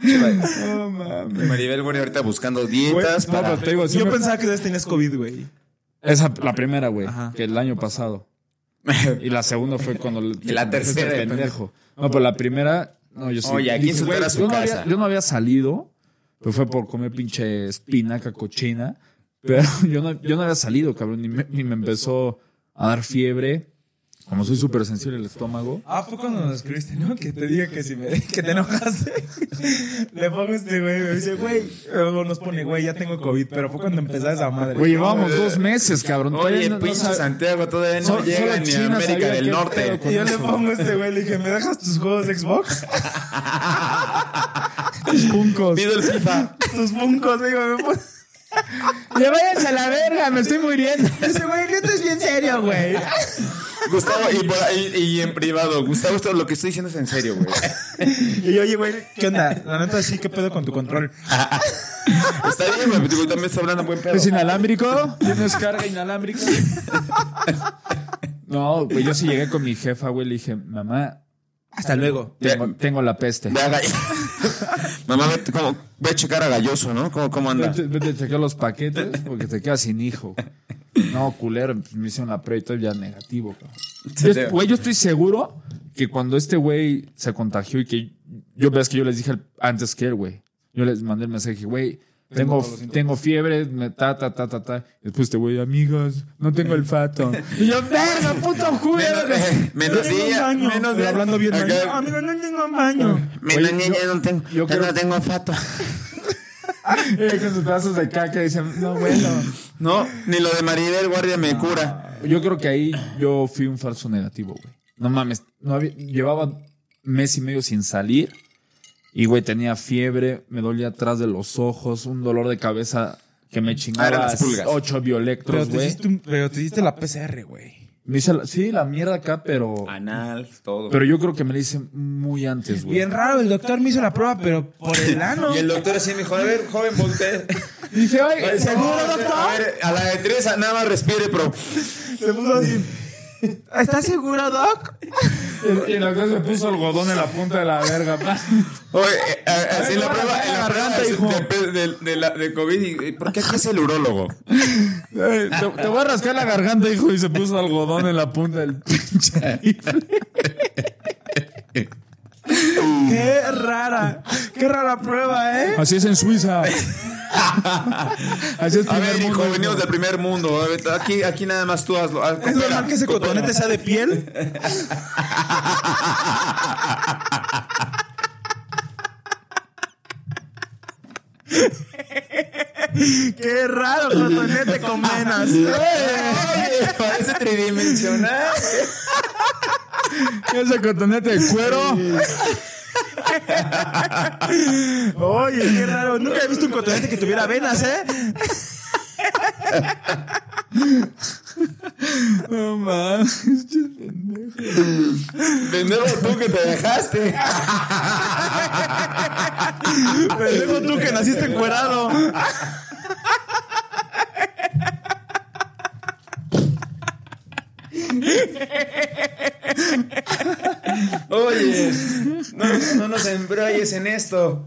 S1: Maribel Guardia ahorita buscando dietas
S2: No,
S1: para...
S2: pero te digo, sí
S3: Yo
S2: me-
S3: pensaba que ustedes tenías COVID, güey.
S2: Esa, la primera, güey, que el año pasado. Y la segunda fue cuando...
S1: Y la tercera,
S2: este pendejo. No, pero la primera... No, yo sí.
S1: Oye, aquí
S2: Dije,
S1: en su
S2: güey,
S1: cara, su
S2: yo, no
S1: casa.
S2: había, yo no había salido, pero fue por comer pinche espinaca cochina. Pero yo no, yo no había salido, cabrón, ni me, ni me empezó a dar fiebre. Como soy súper sensible al estómago.
S3: Ah, fue cuando nos escribiste, ¿no? Que te dije que si me que te enojaste. Le pongo este güey, me dice, güey, luego nos pone, güey, ya tengo COVID, pero fue cuando empezó esa madre.
S2: Güey, eh, llevábamos dos meses, cabrón. todavía
S1: Oye,
S2: no- no
S1: pinche
S2: sab-
S1: Santiago todavía no
S2: Solo-
S1: llega
S2: solo
S1: ni a
S2: China
S1: América
S2: sabía
S1: del
S2: qué
S1: Norte.
S2: pedo
S3: Y
S2: con
S3: yo le
S2: eso.
S3: pongo a este güey, le dije, ¿me dejas tus juegos de Xbox?
S2: Puncos.
S1: Pido el FIFA.
S3: Tus funcos, digo, me pone.
S2: ¡Le vayas a la verga! ¡Me estoy muriendo!
S3: Dice, güey, neta es bien serio, güey.
S1: Gustavo, y, por ahí- y en privado. Gustavo, esto lo que estoy diciendo es en serio, güey.
S3: Y yo, oye, güey, ¿qué onda? La neta, sí, ¿qué pedo con tu control?
S1: Está bien, güey. pero También está hablando buen pedo.
S2: ¿Es inalámbrico? ¿Tienes carga inalámbrica? No, güey, yo sí llegué con mi jefa, güey, le dije, mamá,
S3: Hasta luego.
S2: tengo, tengo la peste.
S1: Ve a Gall- Mamá, ve, como, ve a checar a Galloso, ¿no? ¿Cómo, cómo anda?
S2: Vete, vete a checar los paquetes porque te quedas sin hijo. No, culero, pues, me hicieron la pre y todo ya negativo, cabrón. Yo-
S1: te-
S2: Güey, yo estoy seguro que cuando este güey se contagió y que yo ves que yo les dije al- antes que él, güey. Yo les mandé el mensaje, güey, tengo, tengo fiebre, me ta, ta, ta, ta, ta. Después este güey, amigos, no tengo olfato. Y yo, verga, puto
S1: Menos,
S2: culero.
S1: eh, menos
S3: Tengo un
S1: día,
S3: baño.
S1: menos
S3: Pero
S1: día.
S3: hablando bien.
S1: Acá-
S3: ¿no? Ah, mira, no tengo baño.
S1: Menos
S2: Oye,
S1: día,
S2: yo-
S1: ya no tengo,
S2: yo
S1: ya
S2: creo-
S1: no tengo olfato.
S2: Eh, con sus pedazos de caca y dicen, no, bueno.
S1: No, ni lo de Maribel Guardia me cura.
S2: Yo creo que ahí yo fui un falso negativo, güey. No mames, no había- llevaba mes y medio sin salir. Y, güey, tenía fiebre, me dolía atrás de los ojos, un dolor de cabeza que me
S1: Ah, eran
S2: chingaba
S1: las pulgas.
S2: ocho
S3: Pero
S2: bioelectros,
S3: te,
S2: Pues, güey.
S3: hiciste un- pero te hiciste la PCR, güey.
S2: Me hice la- sí, la mierda acá, pero...
S1: Anal, todo.
S2: Pero yo creo que me la hice muy antes, güey.
S3: Bien raro, el doctor me hizo la prueba, pero por el ano.
S1: Y el doctor así me dijo, a ver, joven, voltee.
S2: Dice, ay,
S1: Seguro, doctor. A ver, a la de tres, nada más respire, pro.
S4: Se puso así.
S6: ¿Estás seguro, Doc?
S2: y el doctor se puso algodón en la punta de la verga. pa.
S1: Oye, eh, a- así en la
S2: no,
S1: prueba, en la prueba
S2: garganta,
S1: de-
S2: hijo.
S1: de, de- de la- de COVID. y- y ¿Por qué aquí es el urólogo?
S2: Ay, Te, te voy a rascar la garganta, hijo, y se puso algodón en la punta del pinche.
S4: Qué rara. Qué rara prueba, ¿eh?
S2: Así es en Suiza. Así es
S1: A ver,
S2: primer
S1: hijo,
S2: mundo,
S1: venimos
S2: hijo.
S1: del primer mundo. A ver, Aquí, aquí nada más tú hazlo. haz-
S4: ¿Es
S1: coopera,
S4: normal que ese
S1: coopera.
S4: cotonete sea de piel? Qué raro, cotonete con menas.
S1: Oye, Parece tridimensional.
S2: Ese cotonete de cuero.
S4: Oye, qué raro. Nunca he visto un cotonete que tuviera venas, ¿eh?
S2: No mames.
S1: Pendejo tú que te dejaste.
S4: Pendejo tú que naciste encuerado.
S1: Oye, no, no nos embrolles en esto.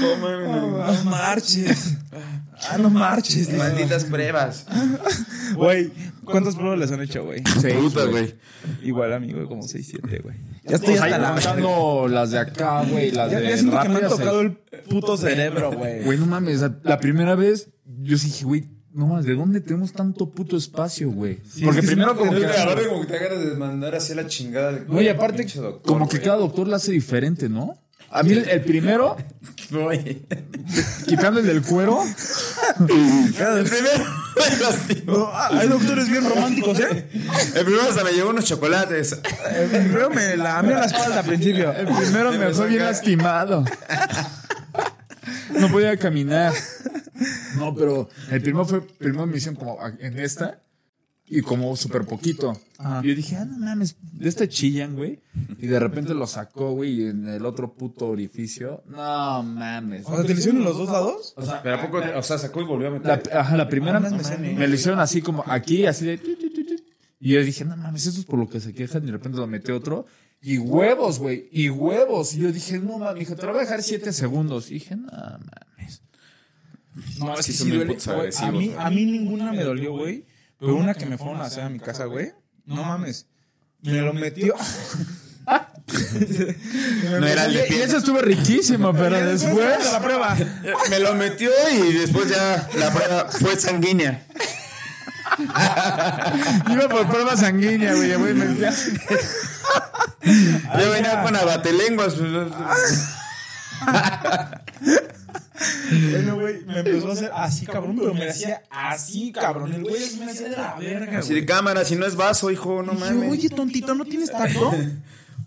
S4: No marches. Ah, no marches.
S1: Malditas pruebas.
S4: Güey, ¿cuántas pruebas les han hecho, güey?
S1: Puta, güey.
S4: Igual a mí, güey, como 6, 7, güey. Ya estoy
S2: Ahí
S4: hasta la verga.
S2: contando las de acá, güey, las
S4: Ya, ya
S2: de
S4: siento que me han
S2: rápidas.
S4: tocado Eh, el puto cerebro, güey.
S2: Güey, no mames, la, la primera vez yo sí dije, güey, no mames, ¿de dónde tenemos tanto puto espacio, güey? Porque primero como que,
S1: como que te agarras de mandar así la chingada. del-
S2: Güey, aparte,
S1: Pinche doctor,
S2: como que
S1: güey.
S2: cada doctor la hace diferente, ¿no? A mí el, el primero,
S1: Oye,
S2: quitando el del cuero,
S1: el primero me lastimó.
S4: No, ah, hay doctores bien románticos, ¿eh?
S1: El primero hasta me llevó unos chocolates.
S4: Primero me lamió la espalda al principio.
S2: el primero me fue bien lastimado. No podía caminar. No, pero el primero fue, primero me hicieron como a- en esta y como súper poquito. Y yo dije, ah, no mames, de este chillan, güey. Y de repente lo sacó, güey, y en el otro puto orificio. No mames.
S4: O sea, ¿te lo hicieron en los dos lados?
S1: Pero a poco, o sea, sacó y volvió a meter.
S2: La, ajá, la primera me, lo hicieron así como aquí, así de... tu, tu, tu, tu. Y yo dije, no mames, eso es por lo que se quejan. Y de repente lo metió otro. Y huevos, güey. Y huevos. Y yo dije, no mames, dijo, te lo voy a dejar siete segundos. Y dije, no mames.
S4: No, es
S1: que sí duele, güey.
S4: A mí, a mí ninguna me dolió, güey. Pero una que me fueron a hacer a mi casa, güey. No mames. Me lo metió.
S1: No era el de
S2: Y
S1: piel.
S2: eso estuvo riquísimo, pero después...
S4: la prueba.
S1: Me lo metió y después ya la prueba fue sanguínea.
S2: Iba por prueba sanguínea, güey. güey, me-
S1: Yo venía con abatelenguas. pues,
S4: Bueno, güey, me empezó a hacer así, cabrón. Pero me hacía así, cabrón. El güey me hacía de la verga,
S1: Así de cámara, si no es vaso, hijo, no
S4: güey.
S1: mames.
S4: Oye, tontito, ¿no tienes tacto?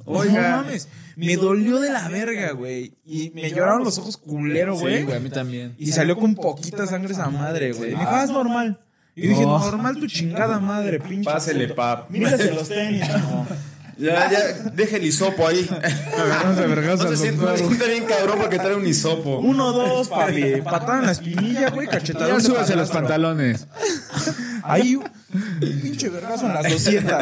S1: Oiga.
S4: No mames. Me dolió de la verga, güey. Y me lloraron los ojos culero, güey.
S2: a mí también.
S4: Y salió con poquita sangre esa madre, güey. Me dijo, ah, es normal. Y dije, normal tu chingada madre, pinche.
S1: Pásele, pap.
S4: Mírase los tenis. No.
S1: Ya, ya, deja el hisopo ahí. No se siente, no se siente bien cabrón porque trae un hisopo.
S4: Uno, dos, papi. Patada en la espinilla, güey. Cachetadón.
S2: Ya
S4: de
S2: súbase los
S4: padrastro.
S2: pantalones.
S4: Ahí, un pinche vergazo en las 200.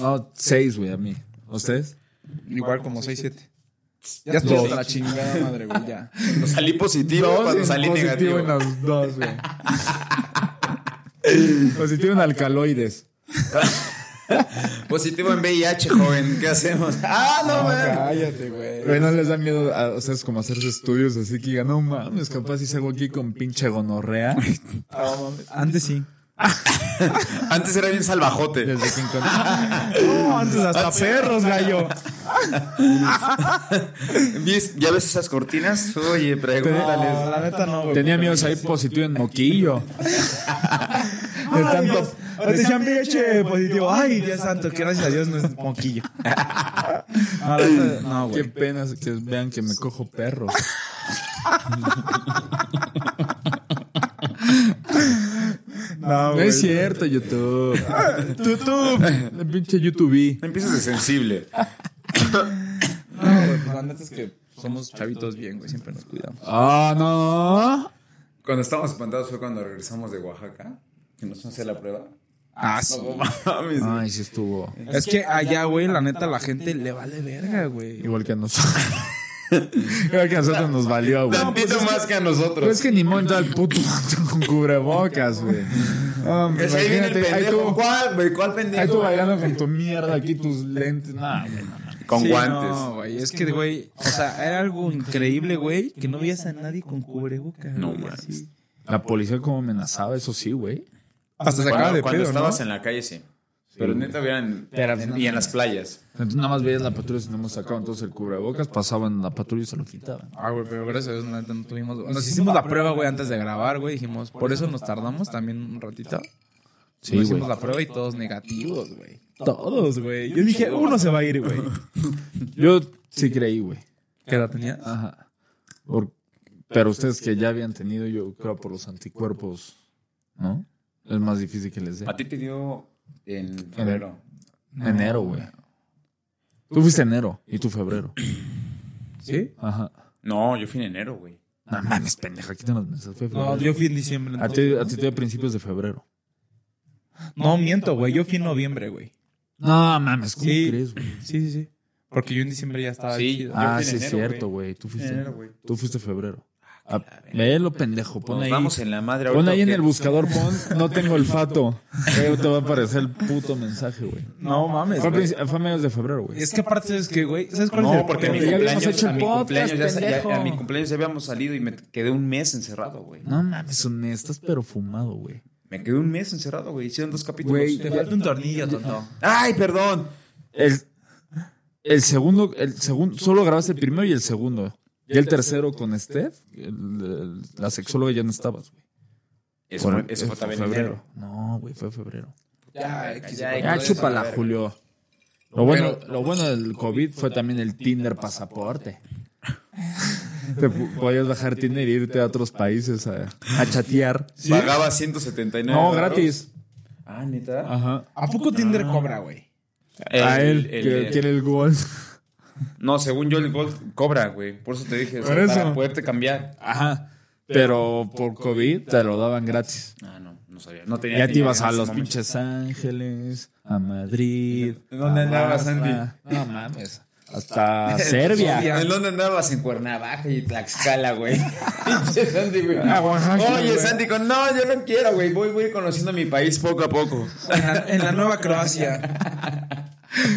S2: No, seis, güey, a mí. ¿Ustedes?
S4: Igual como 6, 7. Ya estoy hasta la chingada madre, güey. Ya.
S1: Cuando salí positivo, cuando
S2: en
S1: salí
S2: positivo
S1: negativo.
S2: en los dos, güey. positivo en alcaloides.
S1: Positivo en VIH, joven. ¿Qué hacemos? Ah, no, mames.
S4: Cállate, güey.
S2: Güey, no les da miedo, a- o sea, es como hacerse estudios así que digan, no mames, capaz si salgo aquí con pinche gonorrea.
S4: Antes sí.
S1: Antes era bien salvajote.
S2: Desde que encontré.
S4: No, antes hasta perros, gallo.
S1: ¿Ves- ¿Ya ves esas cortinas? Oye, pregúntales.
S4: No, la neta no, güey.
S2: Tenía miedo ahí positivo en moquillo.
S4: Ay, Dios. Te decían VIH positivo. Ay, Dios santo, que gracias a Dios no es moquillo. No, la neta, No,
S2: Qué
S4: güey.
S2: pena que vean que me cojo perros.
S4: No,
S2: No
S4: güey.
S2: es cierto, YouTube. YouTube. El pinche YouTube.
S1: Empiezas de sensible.
S4: No, güey, pues, La neta es que
S3: somos chavitos bien, güey. Siempre nos cuidamos.
S2: Ah, no.
S4: Cuando estábamos espantados fue cuando regresamos de Oaxaca, que nos hace la prueba.
S3: Ah, sí.
S4: Mames.
S2: Ay, sí estuvo.
S3: Es que allá, güey, la neta, la gente le vale verga, güey.
S2: Igual que a nosotros. Igual que a nosotros nos valió, güey.
S4: Tantito más que a nosotros.
S2: Pero es que pues ni modo entra el puto con cubrebocas, güey. Hombre,
S4: Ahí viene el
S2: imagínate, ahí
S4: pendejo.
S2: tú,
S4: ¿Cuál, güey? ¿Cuál
S2: ahí tú
S4: pendejo?
S2: bailando con tu mierda aquí, tus lentes. Nah, güey.
S4: Con
S3: Sí,
S4: guantes.
S3: No, güey. Es que, güey, o sea, era algo increíble, güey, que no veías a nadie con cubrebocas.
S1: No,
S3: güey,
S1: man.
S3: así.
S2: La policía como amenazaba, eso sí, güey.
S3: Hasta sacaba
S1: Cuando,
S3: de
S1: cuando
S3: pedo, ¿no?
S1: estabas en la calle, sí. Pero neta, hubieran. y en las playas.
S2: Entonces nada más veías la patrulla si no hemos sacado entonces el cubrebocas, pasaban la patrulla y se lo quitaban.
S3: Ah, güey, pero gracias a Dios la neta, no tuvimos. Nos hicimos la prueba, güey, antes de grabar, güey. Dijimos, por eso nos tardamos también un ratito.
S2: Sí, güey.
S3: nos hicimos la prueba y todos negativos, güey. Todos, güey. Yo dije, uno se va a ir, güey.
S2: Yo sí creí, güey.
S3: ¿Qué edad tenías?
S2: Ajá. Por- pero ustedes que ya habían tenido, yo creo, por los anticuerpos, ¿no? Es más difícil que les dé.
S1: A ti te dio en febrero.
S2: Enero, güey. Tú fuiste enero y tú febrero.
S3: ¿Sí?
S2: Ajá.
S1: No, yo fui en enero, güey.
S2: No mames, pendeja, aquí te las mensajes. Fue
S3: No,
S2: febrero.
S3: yo fui en diciembre.
S2: a,
S3: entonces.
S2: ti, a ti te dio a principios de febrero.
S3: No, miento, güey. Yo fui en noviembre, güey.
S2: No mames, ¿cómo
S3: Sí.
S2: crees, güey?
S3: Sí, sí, sí. Porque yo en diciembre ya estaba.
S1: Sí.
S3: chido.
S1: fui
S2: Ah,
S1: en
S2: sí, es
S1: enero,
S2: cierto, güey. Tú fuiste, tú fuiste febrero. Ah, Léelo, pendejo. Pon
S1: Nos
S2: ahí.
S1: vamos en la madre
S2: Pon ahí en
S1: que-
S2: el buscador, pon, no tengo olfato. Ahí te va a aparecer el puto mensaje, güey.
S3: No mames.
S2: Fue, a
S3: güey.
S2: princi- fue a mediados de febrero, güey.
S3: Es que aparte, ¿sabes qué, güey? ¿Sabes cuál es
S1: No,
S3: el
S1: porque a mi
S3: pedo?
S2: Ya habíamos
S1: cumpleaños,
S2: hecho el
S1: a mi
S2: podcast,
S1: cumpleaños ya, ya-
S2: pendejo.
S1: a mi cumpleaños ya habíamos salido y me quedé un mes encerrado, güey.
S2: No mames, un mes, estás pero fumado, güey.
S1: Me quedé un mes encerrado, güey. Hicieron dos capítulos.
S3: Güey, te falta un tornillo, tonto.
S1: Ay, perdón.
S2: El, el segundo, el segundo, solo grabaste el primero y el segundo. Y el tercero con Steph, el- el- la sexóloga ya no estabas, güey.
S1: Eso,
S2: Por-
S1: fue- eso fue también en
S2: febrero.
S1: enero.
S2: No, güey, fue febrero.
S3: Ya,
S2: Ya chúpala, Julio. Lo bueno, lo bueno del COVID fue también el Tinder pasaporte. Te pu- podías bajar Tinder e irte a otros países a, a chatear.
S4: Pagaba 179.
S2: No,
S4: dólares.
S2: gratis.
S1: Ah, neta.
S2: Ajá.
S3: ¿A poco Tinder cobra, güey?
S2: a él,
S1: El- el-
S2: que quiere el gol.
S1: No, según yo, el Gold cobra, güey. Por eso te dije, o sea,
S2: Por eso.
S1: para poderte cambiar.
S2: Ajá. Pero por COVID te lo daban gratis.
S1: Ah, no, no sabía. No tenía
S2: Ya te
S1: dinero
S2: ibas
S1: en
S2: a
S1: ese
S2: los
S1: momento.
S2: pinches Ángeles, a Madrid.
S4: ¿Dónde
S2: a
S4: andabas,
S2: Barça. No mames. Hasta Serbia.
S1: ¿En dónde andabas? En Cuernavaca y Tlaxcala, güey. Pinche Santi, güey.
S2: Oaxaca,
S1: Oye, Santi, con... no, yo no quiero, güey. Voy, voy conociendo mi país poco a poco.
S3: En la, en la Nueva Croacia.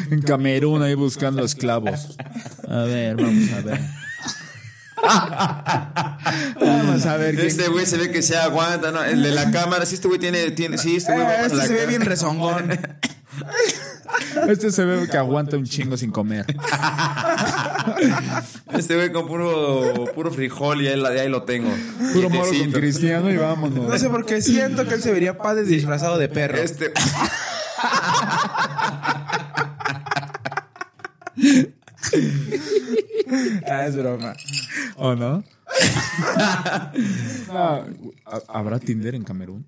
S2: En Camerún ahí buscando esclavos. A ver, vamos a ver. vamos a ver.
S4: Este güey se ve que se aguanta, ¿no? El de la cámara. Sí, este güey tiene, tiene. Sí, este güey va para
S3: Este
S4: la
S3: se ve
S4: cámara.
S3: bien rezongón.
S2: quién- Este se ve que aguanta un chingo sin comer.
S4: Este güey con puro, puro frijol y ahí, la- ahí lo tengo.
S2: Puro moro con
S4: Quietecito.
S2: cristiano y vámonos.
S3: No sé por qué siento que él se vería padre disfrazado de perro.
S4: Este.
S3: Ah, es broma.
S2: ¿O no? Ah, ¿Habrá Tinder en Camerún?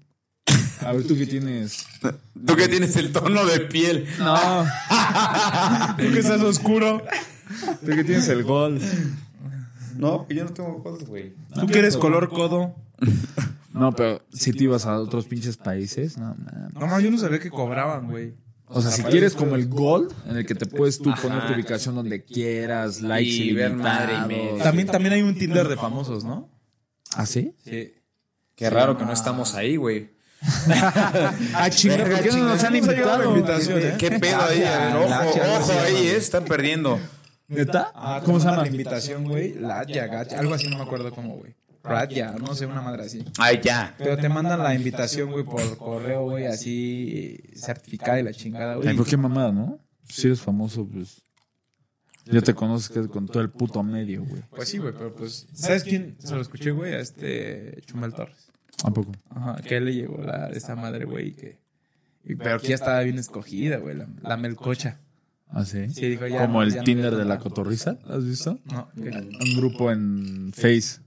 S2: A ver, tú que tienes.
S4: Tú que tienes el tono de piel.
S2: No. tú que estás oscuro. Tú que tienes el gol.
S1: No, yo no tengo cosas, güey.
S3: Tú que eres color codo.
S2: No, pero si te ibas a otros pinches países, no, man.
S3: No, no, yo no sabía que cobraban, güey.
S2: O sea, si quieres como el gol, en el que te puedes tú poner tu ubicación donde quieras, likes
S1: Y ver madre y
S2: ilimitados.
S1: media.
S3: También, también hay un Tinder de famosos, ¿no?
S2: ¿Ah, sí?
S3: Sí.
S1: Qué raro que no estamos ahí, güey.
S2: Ah, chinga, ¿por qué no nos han invitado?
S4: ¿Qué pedo ahí? A ver, ojo, ojo ahí, eh, están perdiendo.
S2: ¿Neta?
S3: Ah,
S2: ¿Cómo se
S3: manda
S2: llama?
S3: La invitación, güey. Latya, gacha. Algo así, no me acuerdo cómo, güey. Ratya, no sé, una madre así.
S1: Ay, ya.
S3: Pero te mandan la invitación, güey, por correo, güey, así certificada y la chingada,
S2: Ay,
S3: güey.
S2: pero qué mamada, ¿no? Si eres famoso, pues. Ya te conozcas con todo el puto medio, güey.
S3: Pues sí, güey, pero pues. ¿Sabes quién? Se lo escuché, güey, a este Chumel Torres.
S2: ¿A poco?
S3: Ajá, que le llegó la esa madre, güey, que. y- pero que ya estaba bien escogida, güey, la, la melcocha.
S2: ¿Ah, sí?
S3: Sí, dijo ya.
S2: Como
S3: no,
S2: el
S3: ya no
S2: Tinder
S3: voy a
S2: de la
S3: tomar.
S2: cotorriza, ¿has visto?
S3: No, que-
S2: Un grupo en Face.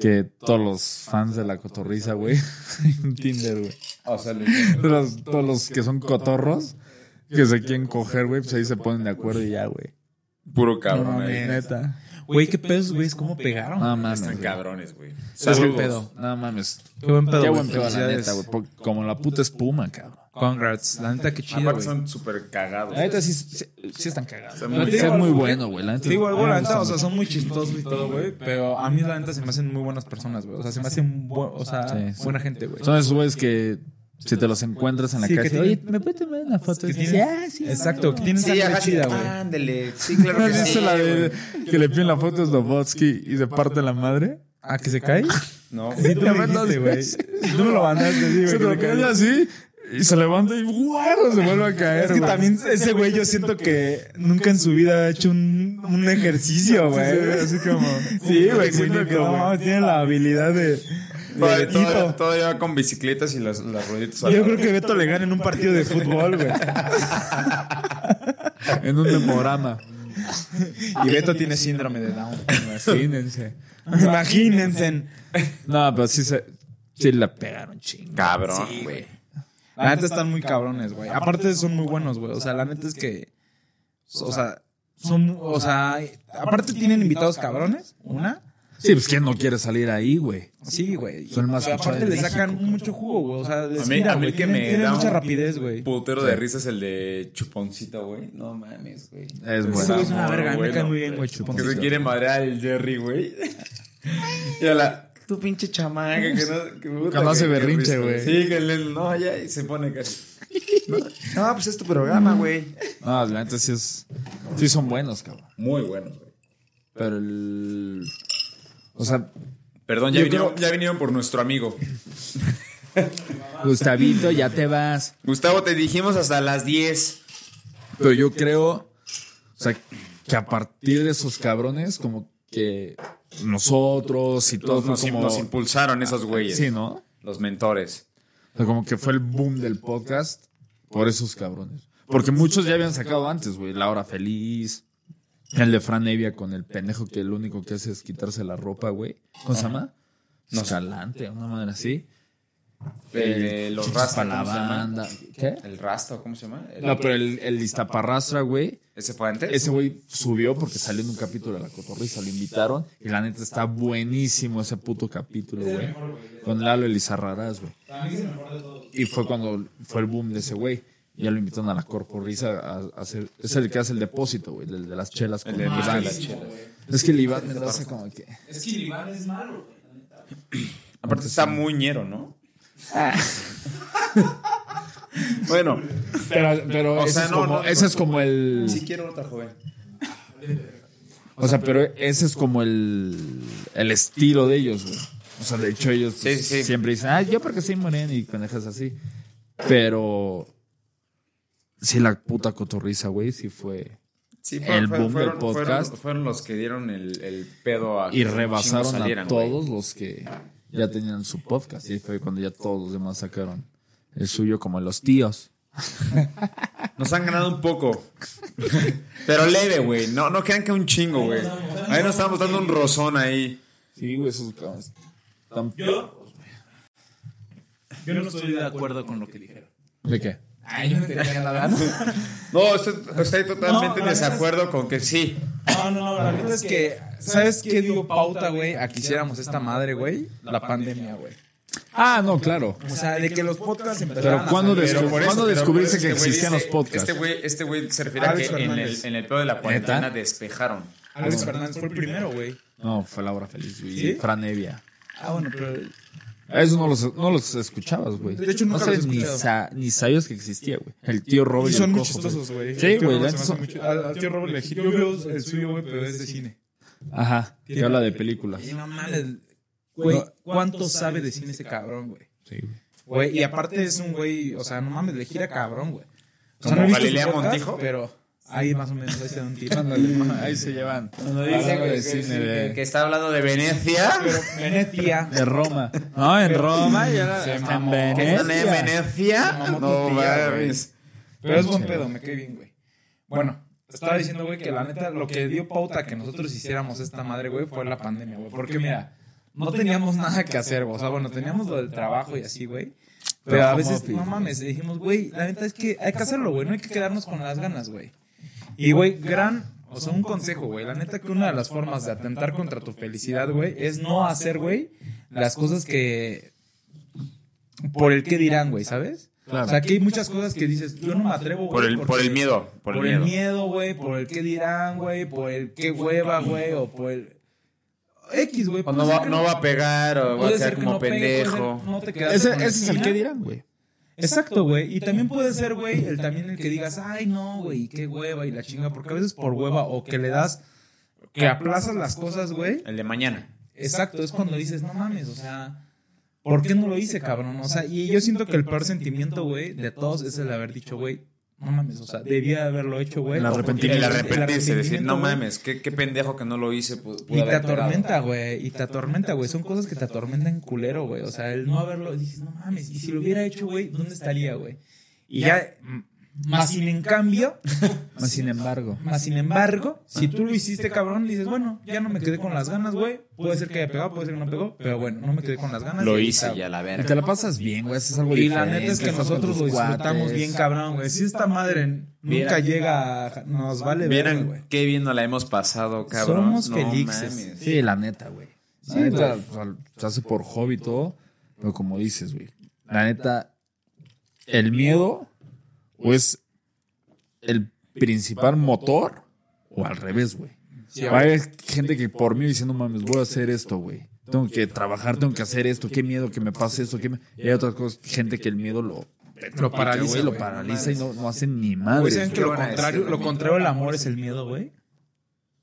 S2: Que todos los fans de la cotorriza, güey. En Tinder, güey.
S1: O sea, lo-
S2: Los- todos los que son cotorros. pues Que se quieren coger, güey. Pues ahí se ponen de acuerdo y ya, güey.
S4: Puro
S3: no,
S4: cabrón.
S3: mames.
S4: ahí.
S2: Neta.
S3: Güey, qué pedos, güey, es cómo pegaron.
S2: No mames.
S1: Están
S2: güey.
S1: cabrones, güey.
S2: ¿Sabes qué
S1: Saludos.
S2: pedo? No mames.
S3: Qué buen pedo.
S2: Ah, Qué
S3: güey,
S2: buen pedo, la
S3: felicidades.
S2: neta, güey. porque Como la puta espuma, cabrón.
S3: Congrats. La neta, qué chido,
S1: Aparte
S3: güey.
S1: son súper cagados.
S2: La neta sí, sí, sí están cagados.
S1: Está
S2: Está
S1: muy
S2: muy,
S3: bien.
S2: bueno, güey. La neta.
S3: Sí, igual, güey,
S2: A
S3: la
S2: mí me
S3: neta, o
S2: gusta
S3: sea, son muy chistosos y todo, güey. Pero a mí, la neta, se me hacen muy buenas personas, güey. O sea, se me hacen, bu- o sea,
S2: Sí, sí.
S3: buena gente, güey.
S2: mucho. Son esos güeyes que si te los encuentras en la
S3: Sí, que
S2: calle.
S3: tienen-
S2: Oye, ¿me puedes tomar una foto?
S3: Que
S2: Y
S3: tienen-
S2: dice, ah, sí.
S3: Exacto, que tienen sangre
S1: ajá,
S3: chida, güey.
S1: Ándale. Sí, claro
S2: ¿No
S1: que
S2: has
S1: sí.
S2: visto la de que le piden la foto a Slobotsky y se parte la madre?
S3: ¿A que se cae?
S1: No,
S3: Sí, tú me dijiste, güey. Tú me lo mandaste, sí, güey.
S2: Se
S3: que
S2: lo
S3: se cae.
S2: cae así y se levanta y ¡guau! Se vuelve a caer.
S3: Es que
S2: güey.
S3: también ese güey yo siento que nunca en su vida ha hecho un, un ejercicio, güey.
S2: Así como.
S3: Sí, güey, siento
S2: clínico,
S3: que no
S2: güey.
S3: mames, tiene la habilidad de... de
S1: Todavía, todavía,
S3: Tito.
S1: todavía va con bicicletas y las, las rueditas. al
S3: Yo
S1: lado.
S3: creo que Beto le gana en un partido de fútbol, güey.
S2: En un memorama.
S3: Y Beto tiene síndrome de Down.
S2: Imagínense.
S3: Imagínense.
S2: No, pero sí se. Sí la pegaron chingo.
S7: Cabrón, güey.
S3: La neta están muy cabrones, güey. Aparte son muy buenos, güey. O sea, la neta es que. O sea, son. O sea, aparte tienen invitados cabrones. Una.
S2: Sí, pues ¿quién no quiere salir ahí, güey?
S3: Sí, güey.
S2: Son más
S3: Pero aparte
S2: escuchados de
S3: le sacan mucho jugo, güey. O sea, les
S1: A mí-
S3: mira,
S1: a mí
S3: güey,
S1: que
S3: tienen-
S1: me
S3: tienen
S1: da
S3: mucha
S1: un-
S3: rapidez, güey.
S1: Putero de risa es el de Chuponcito, güey. No mames, güey.
S2: Es
S3: Ese güey
S2: bueno.
S3: es una
S1: Está
S3: verga. a mí Me
S1: bueno,
S3: cae muy bien,
S1: güey.
S3: güey.
S1: Que
S3: Chuponcito.
S1: se quiere madrear al Jerry, güey. y a la. Tu pinche chamaca que no. Que, puta,
S2: Que no
S1: que-
S2: hace
S1: que
S2: berrinche,
S1: risa,
S2: güey.
S1: Sí, que le. No, ya. Y se pone casi. No, no, pues es tu programa, güey.
S2: No, la neta sí es. Sí son buenos, cabrón.
S1: Muy bueno, güey.
S2: Pero el. O sea,
S1: Perdón, ya
S2: Yo
S1: vinieron, ya vinieron por nuestro amigo.
S2: Gustavito, ya pues, te vas.
S1: Gustavo, te dijimos hasta las 10.
S2: Pero yo creo, o sea, que a partir de esos cabrones, como que nosotros y todos
S1: Todos nos,
S2: fue como.
S1: nos impulsaron esos güeyes.
S2: Sí, ¿no?
S1: Los mentores.
S2: O sea, como que fue el boom del podcast por esos cabrones. Porque muchos ya habían sacado antes, güey. La hora feliz. El de Fran Evia con el pendejo que lo único que hace es quitarse la ropa, güey. ¿Cómo se llama? No, Escalante, una madre así.
S1: Eh, los Rasta,
S2: Raspa la
S1: ¿cómo se llama?
S2: banda. ¿Qué?
S1: El Rasta, ¿cómo se llama? El-
S2: No, pero el, el Iztaparrastra, güey.
S1: ¿Ese fue antes?
S2: Ese güey subió porque salió en un capítulo de La Cotorrisa, lo invitaron. Y la neta está buenísimo ese puto capítulo, güey. Con Lalo Elizarrarás, güey. Y fue cuando fue el boom de ese güey. Y ya lo invitaron a La Cotorrisa a, a hacer... Es el que hace el depósito, güey, el de las chelas. Con
S1: El de
S2: Iván.
S1: las chelas.
S2: Es que el Iván me lo hace como que...
S1: Aparte está muy ñero, ¿no?
S2: Ah.
S1: bueno,
S2: Pero, pero
S1: O
S2: ese,
S1: sea,
S2: es
S1: no,
S2: como,
S1: no, no.
S2: ese es como el...
S1: si quiero otra joven.
S2: O sea, pero ese es como el, el estilo de ellos, güey. O sea, de hecho ellos
S1: Sí, sí, sí.
S2: siempre dicen, ah, yo porque soy moreno y pendejas así. Pero sí, la puta cotorriza, güey, sí fue.
S1: Sí,
S2: El boom del podcast.
S1: Fueron, fueron los que dieron el, el pedo a
S2: Y
S1: que
S2: rebasaron
S1: chingos salieran,
S2: a
S1: güey.
S2: todos los que ya tenían su podcast. Y fue cuando ya todos los demás sacaron el suyo como los tíos.
S1: Nos han ganado un poco. Pero leve, güey. No, no crean que un chingo, güey. Ahí nos estamos dando un rozón ahí.
S2: Sí, güey, esos cabrones. Tan-
S3: Yo no estoy de acuerdo con lo que dijeron.
S2: ¿De qué?
S3: Ay, yo no tenía nada. ¿no?
S1: No, estoy, estoy totalmente
S3: No,
S1: en
S3: la neta
S1: desacuerdo con que sí.
S3: No, no, la verdad es que. ¿Sabes qué dio pauta, güey? A que hiciéramos esta madre, güey. La pandemia, güey.
S2: Ah, no, claro.
S3: O sea, de que los podcasts empezaron.
S2: Pero ¿cuándo,
S1: Pero
S2: descu-
S1: por eso-
S2: ¿cuándo
S1: pero
S2: descubriste
S1: por eso
S2: que
S1: este güey
S2: existían los
S1: dice-
S2: podcasts?
S1: Este güey, este güey se refiere a que
S3: Alex
S1: en el,
S3: Fernández.
S1: en el pedo de la cuarentena despejaron.
S3: Alex Fernández fue el primero, güey.
S2: No, fue Laura Feliz, güey.
S3: ¿Sí?
S2: y Fran Evia.
S3: Ah, bueno, pero.
S2: Eso Ah, no los, no los escuchabas, güey.
S3: De hecho, nunca
S2: no
S3: los he
S2: ni,
S3: escuchado.
S2: sa- ni sabías que existía, güey. El tío Robert.
S3: Y
S2: y
S3: son
S2: el
S3: muy
S2: Cojo,
S3: chistosos, güey.
S2: Sí,
S3: El tío
S2: güey,
S3: Robert
S2: la
S3: se me
S2: neta
S3: hace muy ch- Al al tío Robert le giro. Yo veo el suyo, güey, pero es de cine.
S2: Ajá. Que habla de películas.
S3: Y mamá, el- güey, ¿cuánto sabe de cine ese cabrón, güey?
S2: Sí, güey.
S3: Güey, y aparte es un güey, o sea, no mames, le gira cabrón, güey. O sea,
S1: ¿Como
S3: no he visto su
S1: Galilea
S3: podcast,
S1: Montijo?
S3: Pero ahí más o menos ahí se da un tiro.
S2: Ahí se llevan.
S1: Dice,
S2: Hablando
S1: güey,
S2: de
S1: que-
S2: cine,
S1: que, que
S2: de,
S1: está hablando de Venecia.
S3: Pero Venecia.
S2: de Roma. No, en Roma. Ya
S3: Se
S2: está en
S3: mamó.
S1: ¿Qué
S2: Venecia.
S1: están en Venecia?
S3: mamó
S1: No
S3: tu tía,
S1: mames.
S3: Pero es buen pedo, me cae bien, güey. Bueno, estaba diciendo, güey, que la neta, lo que dio pauta a que nosotros hiciéramos esta madre, güey, fue la pandemia, güey. Porque mira, no teníamos nada que hacer, güey. O sea, bueno, teníamos lo del trabajo y así, güey. Pero a
S2: Pero
S3: veces,
S2: home
S3: no
S2: office.
S3: mames, dijimos, güey, la neta es que hay que hacerlo, güey. No hay que quedarnos con las ganas, güey. Y, güey, gran,
S4: O sea, un consejo, güey. La neta que una de las formas de atentar contra tu felicidad, güey, es no hacer, güey, las cosas que... Por el que dirán, güey, ¿sabes? O sea, aquí hay muchas cosas que dices, yo no me atrevo, güey.
S1: Por el,
S4: porque-
S1: por el miedo.
S4: Por,
S1: Por el
S4: el
S1: miedo.
S4: miedo, güey. Por el qué dirán, güey. Por el qué hueva, güey. O por el... X, güey.
S8: O
S4: puede
S8: no
S4: ser
S8: va,
S4: que
S8: no va a pegar o va a
S4: puede ser
S8: quedar
S4: que
S8: como
S4: no pegue, puede ser-
S8: pendejo.
S4: no te quedas
S9: Ese,
S4: con
S9: ese es el
S4: espina.
S9: que dirán, güey.
S4: Exacto, güey. Y también puede ser, güey, el también el que digas, ay, no, güey, qué hueva y la chinga. Porque a veces por hueva o que le das, que aplazas las cosas, güey.
S8: El de mañana.
S4: Exacto, es cuando dices, no mames, o sea, ¿por qué no lo hice, cabrón? O sea, y yo siento que el peor sentimiento, güey, de todos es el haber dicho, güey, no mames, o sea, debía haberlo hecho, güey.
S2: El
S4: O-
S2: arrepentimiento.
S1: El
S4: el
S1: arrepentirse, decir,
S4: arrepentimiento,
S1: no
S4: güey.
S1: mames, qué, qué pendejo que no lo hice. pu- pude
S4: Y te
S1: haber pegado".
S4: atormenta, güey. "Eh, Y te atormenta, güey. Son cosas que te atormentan culero, güey. O sea, el no haberlo. Dices, no mames. Y si lo hubiera hecho, güey, ¿dónde estaría, güey? Y ya. mm, Más sin en cambio.
S2: Más sin embargo.
S4: Más sin embargo. Si tú lo hiciste, cabrón, dices, bueno, ya no me quedé con las ganas, güey. Puede ser que haya pegado, puede ser que no pegó. Pero bueno, no me quedé con las ganas.
S1: Lo
S4: y ahí
S1: hice
S4: está,
S1: ya, la
S2: Y
S1: verga.
S2: te la pasas bien, güey. Haces algo
S4: güey. Y la
S2: diferente,
S4: neta es que
S2: estás con
S4: nosotros lo
S2: tus
S4: disfrutamos
S2: cuates.
S4: bien, cabrón, güey. Si esta madre nunca llega, a- nos vale ver, güey.
S1: Vieran qué bien nos la hemos pasado, cabrón.
S4: Somos
S1: No
S4: felices.
S1: mames.
S2: Sí, la neta, güey. La neta, o sea, se hace por hobby y todo, pero como dices, güey. La neta, el miedo o es el principal motor o al revés, güey. Hay gente que por mí diciendo, mames, voy a hacer esto, güey. Tengo que trabajar, tengo que hacer esto, qué miedo que me pase esto. Qué me-". Y hay otras cosas, gente que el miedo lo,
S4: Lo
S2: güey, lo paraliza y no, no hacen ni madre.
S4: Güey, ¿saben que lo
S1: van a decir
S4: contrario,
S1: de
S4: lo
S1: mí?
S4: contrario al amor es el miedo, güey?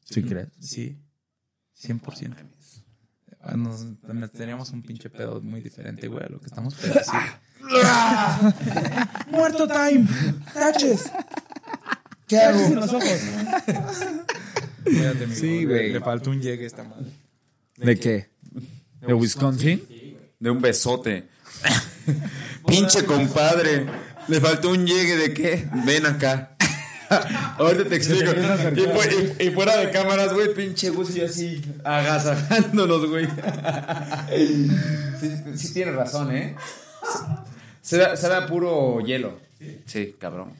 S2: ¿Sí crees?
S4: Sí, 100%. Ah, Nos, nos teníamos un pinche pedo muy diferente, güey, a lo que estamos pero sí.
S10: Muerto time. Taches. ¿Qué hago? los ojos.
S4: Cuídate, mi
S2: Sí,
S4: gordo.
S2: güey.
S4: Le faltó un llegue a esta madre.
S2: ¿De qué? ¿De Wisconsin?
S1: De un besote. Pinche compadre. Le faltó un llegue de qué. Ven acá. Ahorita te explico. Y, fu- y- y fuera de cámaras, güey, pinche Gus y yo así agasajándonos, güey. Sí, sí tienes razón, ¿eh? Será, será puro hielo. Sí, cabrón.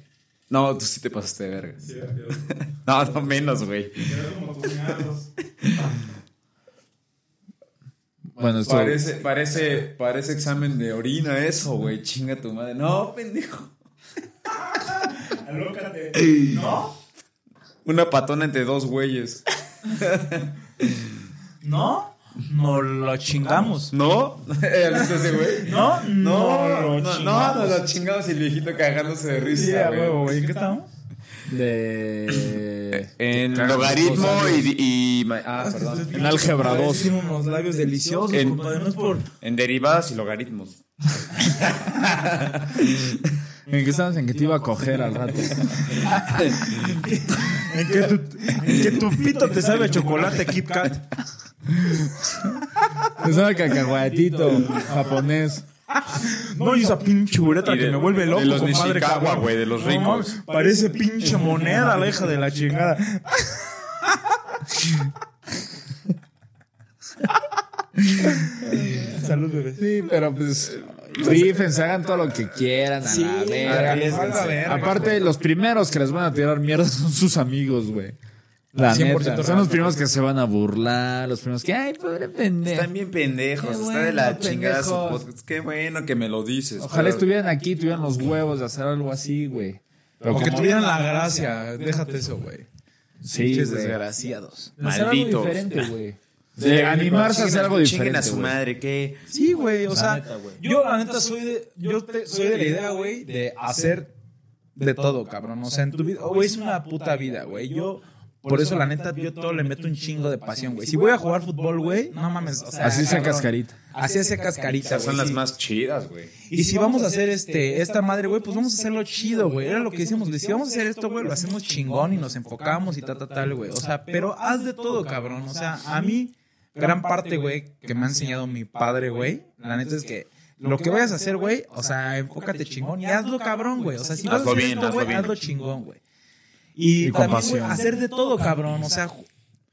S1: No, tú sí te pasaste de verga. No, no menos, güey.
S2: Bueno, esto...
S1: Parece, parece, parece examen de orina eso, güey. Chinga tu madre. No, pendejo.
S11: Alócate.
S1: Una patona entre dos güeyes.
S4: ¿No? No lo chingamos.
S1: ¿No? ¿Has visto ese güey?
S4: ¿No?
S1: No, no, no, nos lo chingamos y el viejito cagándose de risa, güey.
S4: güey, ¿qué estamos?
S2: De.
S1: En logaritmo y, y- ma- Ah, perdón.
S2: En álgebra 2.
S4: Tiene unos labios deliciosos,
S1: En-
S4: compadre. No es por...
S1: En derivadas y logaritmos.
S2: ¿En qué estabas? ¿En que te iba a coger al rato?
S4: Que tu pito te sabe a chocolate Kit Kat.
S2: Me sabe cacahuatito japonés.
S4: No, y esa pinche bureta que me vuelve loco,
S1: de los
S4: compadre.
S1: Nishikawa,
S4: cabrón.
S1: güey, de los
S4: No,
S1: ricos.
S4: parece pinche moneda, la hija de la chingada. Salud, bebé.
S2: Sí, pero pues. Rífense, hagan todo lo que quieran. A la verga. Aparte, los primeros que les van a tirar mierda son sus amigos, güey. La
S4: 100%
S2: neta. Son
S4: real.
S2: los primeros que se van a burlar, los primeros que, ay, pobre pendejo.
S1: Están bien pendejos.
S2: Qué
S1: está de la
S2: bueno,
S1: chingada su
S2: pendejos.
S1: podcast. Qué bueno que me lo dices.
S2: Ojalá estuvieran aquí, tuvieran los huevos de hacer algo así, güey. Pero
S4: O que
S2: como-
S4: tuvieran la gracia. Déjate eso, güey.
S2: Sí,
S4: Pinches
S2: güey.
S4: desgraciados.
S2: Hacer algo
S1: Malditos.
S2: diferente, güey. De animarse a hacer algo
S1: Chinguen
S2: diferente.
S1: a su
S2: güey.
S1: madre, ¿qué?
S4: Sí, güey, o sea, yo la neta soy de, yo te- soy de la idea, güey, de hacer de todo, cabrón. O sea, en tu vida, güey, es una puta vida, güey. Yo, por eso la neta, yo todo le meto un chingo de pasión, güey. Si voy a jugar fútbol, güey, no mames, o sea,
S2: Así sea
S4: cabrón,
S2: cascarita.
S4: Así sea cascarita,
S1: Esas
S4: güey.
S1: son las
S4: sí.
S1: más chidas, güey.
S4: Y si vamos a hacer este, esta madre, güey, pues vamos a hacerlo chido, güey. Era lo que decíamos, güey. Si vamos a hacer esto, güey, lo hacemos chingón y nos enfocamos y tal, tal, tal, güey. O sea, pero haz de todo, cabrón. O sea, a mí, gran parte, güey, que me ha enseñado mi padre, güey, la neta es que lo que vayas a hacer, güey, o sea, enfócate chingón y hazlo, cabrón, güey. O sea, si vas a
S1: Hazlo
S4: hacer
S1: bien,
S4: esto,
S1: hazlo
S4: güey,
S1: bien.
S4: hazlo chingón, güey. Y,
S2: Y con
S4: también, güey,
S2: pasión.
S4: hacer de todo, cabrón. O sea, ju-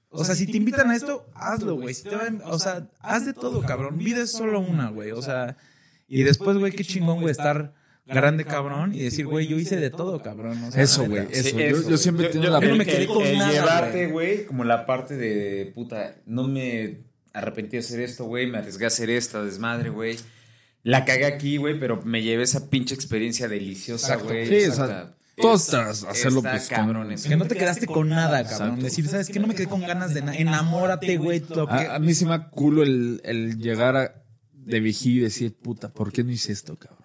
S4: o sea, si te invitan a esto, hazlo, güey. Si te van- o sea, haz de todo, cabrón. Vida es solo una, güey. O sea, y después, güey, qué chingón, güey, estar
S3: grande cabrón y decir, güey, yo hice de todo, cabrón. o sea,
S2: Eso,
S3: la neta.
S2: güey. Eso.
S4: Sí,
S2: Yo-
S4: eso.
S2: yo, siempre he tenido
S3: yo no
S2: la.
S3: me quedé
S4: el-
S3: con
S4: el
S3: nada,
S4: llevarte, güey, como la parte de puta, no me arrepentí de hacer esto, güey, me arriesgué a hacer esta desmadre, güey. La cagué aquí, güey, pero me llevé esa pinche experiencia deliciosa, güey.
S2: Sí, o sea,
S4: exacta.
S2: todos
S4: Está-
S2: tras hacerlo,
S4: está
S2: pues,
S4: cabrón eso.
S3: Que no te quedaste con nada, cabrón. Decir, ¿sabes qué? No me quedé con ganas de nada. Enamórate, güey. lo que-
S2: A, a mí se me da culo el, el llegar a- de vigía y decir, puta, ¿por qué no hice esto, cabrón?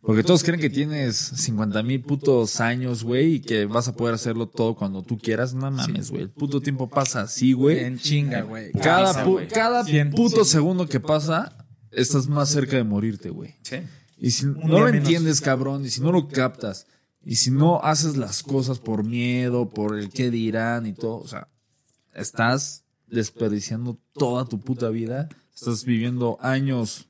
S2: Porque todos creen que tienes 50 mil putos años, güey, y que vas a poder hacerlo todo cuando tú quieras. No mames, güey. El puto tiempo pasa así, güey.
S3: En chinga, güey.
S2: Cada,
S4: Pasa,
S2: pu-
S4: güey.
S2: cada
S3: Cien.
S2: puto segundo que pasa, estás más cerca de morirte, güey.
S1: Sí.
S2: Y si
S3: día
S2: no lo
S3: menos.
S2: entiendes, cabrón, y si no lo captas, y si no haces las cosas por miedo, por el qué dirán y todo, o sea, estás desperdiciando toda tu puta vida, estás viviendo años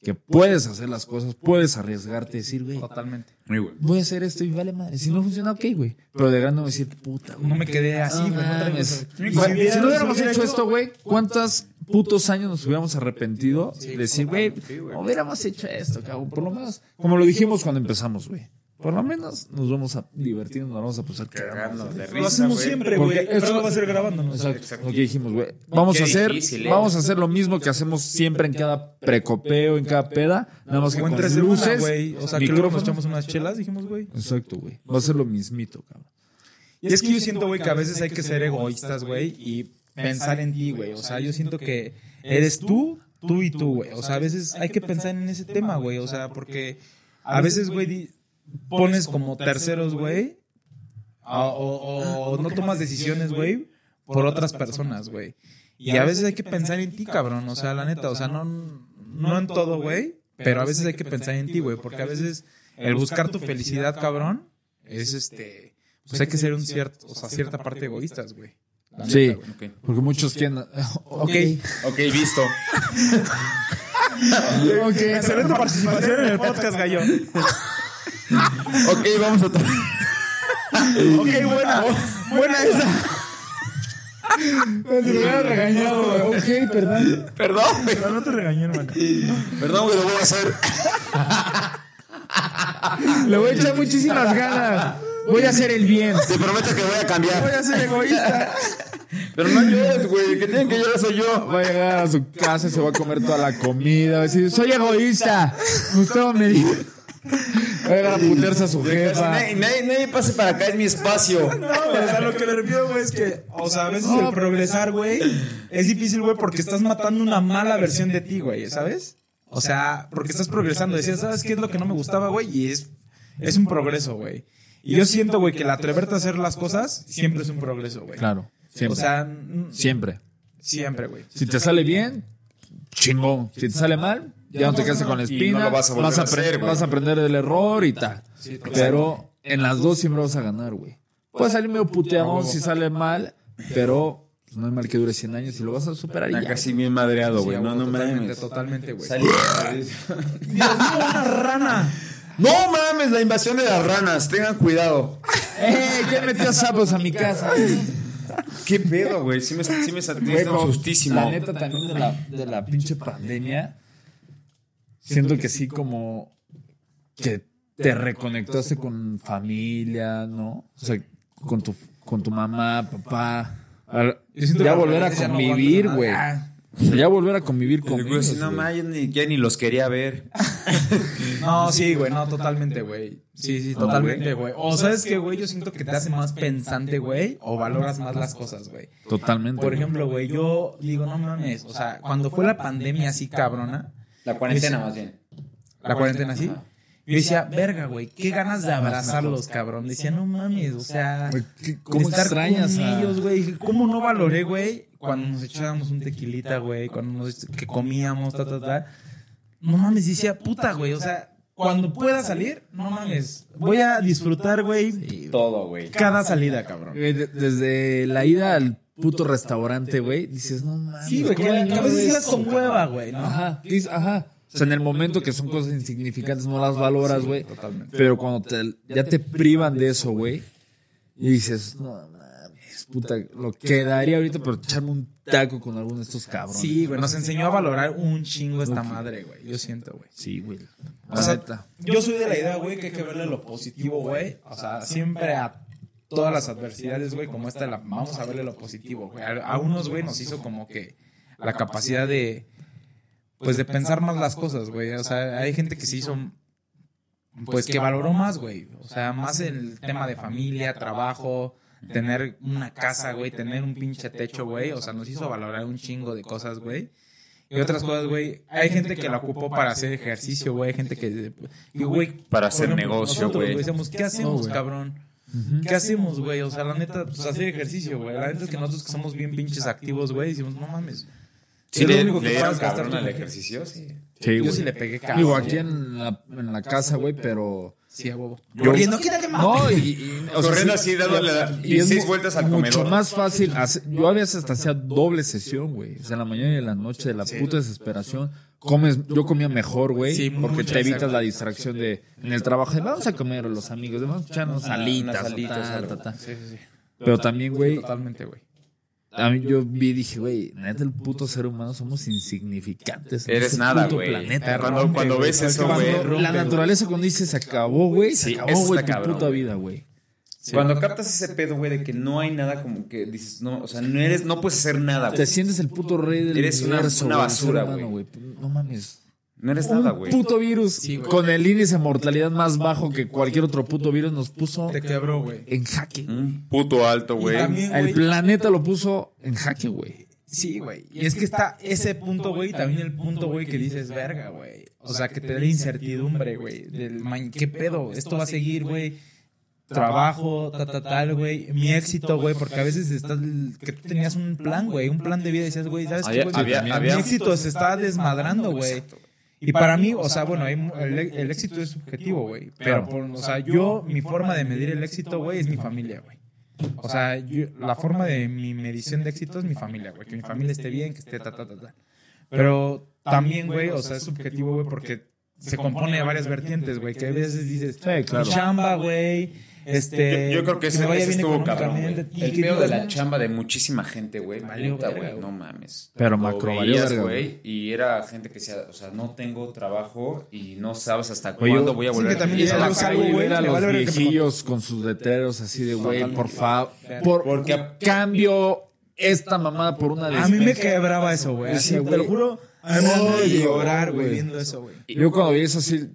S2: que puedes hacer las cosas, puedes arriesgarte y decir, güey,
S3: Totalmente.
S1: Muy bueno.
S2: voy a hacer esto y vale madre. Si no funciona, ok, güey. Pero de grande voy a decir, puta, güey.
S3: No me quedé así,
S2: Ah, No
S3: güey. no traigo
S2: mames.
S3: eso.
S2: Si si no hubiéramos hecho esto, güey, ¿cuántos putos años nos hubiéramos arrepentido de decir, güey, hubiéramos hecho esto, cabrón? Por lo menos, como lo dijimos cuando empezamos, güey. Por lo menos nos vamos a divertir, nos vamos a pasar cagando.
S4: Cagarnos de risa,
S3: Lo hacemos
S4: güey.
S3: siempre,
S2: Porque
S3: güey. Pero
S2: eso-
S3: lo va a ser grabándonos.
S2: Exacto. Lo que dijimos, güey. Vamos a hacer,
S4: difícil, ¿eh?
S2: vamos a hacer lo mismo que hacemos siempre en cada precopeo, en cada peda, nada más que
S3: O
S2: con
S3: entre luces,
S2: luces,
S3: güey. O sea, que luego
S2: micrófono.
S3: nos echamos unas chelas, dijimos, güey.
S2: Exacto, güey. Va a ser lo mismito, cabrón.
S3: Y es que yo siento, güey, que a veces hay que ser egoístas, güey, y pensar en ti, güey. O sea, yo siento que eres tú, tú y tú, güey. O sea, a veces hay que pensar en ese tema, güey. O sea, porque a veces, güey, di- pones como terceros, güey, a- o, o- o no Ah, tomas decisiones, güey, por otras personas, güey. Y a veces hay que pensar en ti, cabrón. O sea, la neta, o sea, no, no en todo, güey, pero a veces hay que pensar en ti, güey, porque a veces el buscar tu felicidad, cabrón, es este pues hay que ser un cierto, o sea, cierta parte egoístas, güey. La
S2: Sí.
S3: neta, güey.
S2: Porque muchos quieren.
S3: Ok.
S4: Ok, visto.
S3: Excelente participación en el podcast, gallo.
S4: Ok, vamos a tomar.
S3: Ok, buena. Buena esa.
S2: Ok, perdón.
S4: Perdón, güey.
S3: No, no te regañé, hermano.
S4: Perdón, güey, lo voy a hacer.
S2: Le voy a echar muchísimas ganas. Voy a hacer el bien.
S4: Te prometo que voy a cambiar.
S3: Voy a ser egoísta.
S4: Pero no llores, güey. Que tienen que llorar soy yo.
S2: Va a llegar a su casa y se va a comer toda la comida. Va a decir, soy egoísta. Gustavo me dijo. Va a llegar a putearse a su jefa.
S4: Nadie, nadie, nadie pase para acá, es mi espacio.
S3: No, güey, o sea, lo que me refiero, güey, es que, o sea, a veces el progresar, güey, es difícil, güey, porque estás matando una mala versión de ti, güey, ¿sabes? O sea, porque estás progresando. Decías, ¿sabes qué es lo que no me gustaba, güey? Y es, es un progreso, güey. Y yo siento, güey, que el atreverte a hacer las cosas siempre es un progreso, güey.
S2: Claro,
S3: O
S2: siempre.
S3: sea, mm,
S2: siempre.
S3: siempre, güey.
S2: Si te sale bien, chingón. Si te sale mal, ya no te quedas con la espina.
S4: no lo vas a volver
S2: vas, a
S4: a hacer,
S2: aprender,
S4: güey.
S2: vas a aprender del error y tal. Pero en las dos siempre vas a ganar, güey. Puede salir medio
S4: Pues,
S2: puteado si sale mal, pero pues, no hay mal que dure 100 años y lo vas a superar. Y ya,
S4: Casi bien madreado, güey. No, no
S3: Totalmente,
S4: mames.
S3: totalmente, güey.
S4: Salí. No mames, la invasión de las ranas. Tengan cuidado.
S2: ¡Eh! ¿Quién metió sapos a mi casa?
S4: ¿Qué pedo, güey? Sí me, sí me sentiste
S1: pues,
S4: un
S2: La
S4: sustísimo.
S2: neta también de la, de la pinche pandemia. Siento que sí, como que te reconectaste con familia, ¿no? O sea, con tu, con tu mamá, papá. Al- Ya volver a convivir, güey. Ya volver a convivir con
S4: El güey, sí, no mames, yo ni- ya ni los quería ver.
S3: No, sí, güey, no, totalmente, güey. Sí, sí, totalmente, güey. O sabes que, güey, yo siento que te hace más pensante, güey, o valoras más las cosas, güey.
S2: Totalmente.
S3: Por ejemplo, güey, yo digo, no mames, o sea, cuando fue la pandemia así cabrona,
S4: La cuarentena, más bien.
S3: la cuarentena así, yo decía, verga, güey, qué ganas de abrazarlos, cabrón. Decía, no mames, o sea,
S2: Güey, ¿qué- ¿Cómo
S3: estar
S2: extrañas
S3: con
S2: a-
S3: ellos, güey. Dije, ¿Cómo no valoré, güey? Cuando nos echábamos un tequilita, güey, cuando nos este, que comíamos, ta, ta, ta. No mames, decía, puta, güey. O sea, cuando pueda salir, no mames. Voy a disfrutar, güey,
S4: Todo, güey.
S3: cada salida, cabrón.
S2: Güey, de- Desde la ida al puto restaurante, güey, dices, no mames.
S3: Sí, güey, Pues, que, que a veces ibas con hueva, güey, ¿no?
S2: Ajá, dices, ajá. O sea, en el momento que son cosas insignificantes, no las valoras, güey. Pero cuando te, ya te privan de eso, güey, y dices, no mames. mames, puta, lo quedaría ahorita por echarme un taco con alguno de estos cabrones.
S3: Sí, güey, nos enseñó a valorar un chingo esta madre, güey. Yo siento, güey.
S2: Sí, güey.
S3: O sea, yo soy de la idea, güey, que hay que verle lo positivo, güey. O sea, siempre a todas las adversidades, güey, como esta, la- vamos a verle lo positivo, güey. A, a unos, güey, nos hizo como que la capacidad de, pues, de pensar más las cosas, güey. O sea, hay gente que se hizo, pues, que valoró más, güey. O sea, más el tema de familia, trabajo, tener una casa, güey, tener un pinche techo, güey. O sea, nos hizo valorar un chingo de cosas, güey. Y otras cosas, güey. Hay gente que la ocupó para hacer ejercicio, güey. Hay gente que... y, güey,
S1: Para
S3: por
S1: hacer
S3: ejemplo,
S1: negocio,
S3: nosotros,
S1: güey.
S3: Decíamos, ¿qué hacemos, cabrón? ¿Qué hacemos, güey? O sea, la neta, pues hacer ejercicio, güey. La neta es que nosotros que somos bien pinches activos, güey, decimos, no mames.
S1: Sí,
S3: Es lo
S1: le,
S3: único que
S1: le dieron
S3: puedes gastar
S1: cabrón
S3: tu
S1: al
S3: energía.
S1: ejercicio, sí.
S2: Sí,
S3: Yo
S2: güey.
S3: sí le pegué cabrón.
S2: Digo, aquí en la, en la casa, güey, pero...
S3: Sí, a huevo.
S2: Yo-
S3: Corriendo, quítate más.
S2: No, y... y- o sea,
S4: Corriendo
S2: sí-
S4: así, dándole la- y
S2: es
S4: seis
S2: mu-
S4: vueltas al
S2: mucho
S4: comedor.
S2: más fácil. hacer- yo a veces hasta hacía doble sesión, güey. O sea, en la mañana y en la noche, de la puta desesperación. Comes, yo comía mejor, güey,
S3: Sí,
S2: porque
S3: mucho,
S2: te evitas
S3: exacto.
S2: la distracción de en el trabajo. de, Vamos a comer los amigos, de, vamos a echarnos salitas.
S3: Sí, sí, sí.
S2: Pero también, güey,
S3: Totalmente, güey.
S2: a mí yo vi y dije, güey, neta, el puto ser humano somos insignificantes. en
S1: Eres
S2: este
S1: nada,
S2: puto
S1: güey.
S2: planeta,
S1: Cuando,
S2: güey.
S1: cuando ves eso,
S2: Cuando
S1: güey.
S2: la naturaleza cuando dice se acabó, güey, se
S1: Sí, eso
S2: acabó,
S1: está
S2: güey, tu
S1: cabrón,
S2: puta
S1: güey.
S2: vida, güey.
S1: Cuando captas ese pedo, güey, de que no hay nada como que dices, no, o sea, no eres, no puedes hacer nada,
S2: Te
S1: güey.
S2: sientes el puto rey del
S1: Eres una-
S2: universo,
S1: una
S2: güey, ser
S1: basura,
S2: humano, No mames.
S1: No eres
S2: Un
S1: nada, güey.
S2: puto virus con el índice de mortalidad más bajo que cualquier otro puto virus nos puso
S3: Te quebró, güey.
S2: en jaque.
S1: Un puto alto,
S3: Y
S1: güey.
S3: también,
S2: El
S3: güey,
S2: planeta lo puso en jaque, güey.
S3: Sí, güey. Y es que está ese punto, güey, también el punto, güey, que dices, verga, güey. O sea, que te da la incertidumbre, güey. Del, man, ¿qué pedo? Esto va a seguir, güey. Trabajo, ta, ta, tal, güey. Mi éxito, güey, porque a veces estás, que tú tenías un plan, güey, un plan de vida y decías, güey, ¿sabes qué,
S1: Había-
S3: güey?
S1: había-
S3: Mi
S1: había-
S3: éxito se está desmadrando, güey. Y para mí, o sea, bueno, hay mu- el, el éxito es subjetivo, güey. Pero, por- o sea, yo, mi forma de medir el éxito, güey, es mi familia, güey. O sea, yo- la forma de mi medición de éxito es mi familia, güey. Que mi familia esté bien, que esté ta, ta, ta, ta. Pero también, güey, o sea, es subjetivo, güey, porque se compone de varias vertientes, güey. Que a veces dices, mi chamba, güey. Este,
S4: Yo- yo creo que ese-
S3: me vaya
S4: ese
S3: bien
S4: estuvo cabrón,
S3: económicamente, y
S1: El
S3: que
S1: pedo de
S3: digas,
S1: la
S3: "No,
S1: chamba de muchísima gente, güey.
S3: Valió
S1: Puta,
S3: verga,
S1: güey,
S3: güey.
S1: no mames.
S2: Pero
S1: Lo
S2: macro
S1: veías,
S2: valió verga, güey.
S1: güey. Y era gente que decía, o sea, no tengo trabajo y no sabes hasta
S2: Oye,
S1: cuándo voy a
S3: sí,
S1: volver
S3: que también
S1: vivir
S3: ya
S1: a la
S3: sabes
S1: calle,
S3: algo, güey.
S2: Ver a
S3: le vale
S2: los
S3: ver que me
S2: viejillos con sus deteros así de, güey, por favor.
S1: Porque-
S2: Por cambio esta mamada por una
S3: A mí me
S2: despensa.
S3: quebraba eso, güey. Así,
S2: Ese,
S3: te lo
S2: güey.
S3: juro. A mí me daba de
S2: Sí,
S3: llorar, güey,
S2: güey.
S3: viendo eso, güey.
S2: Yo cuando vi eso así,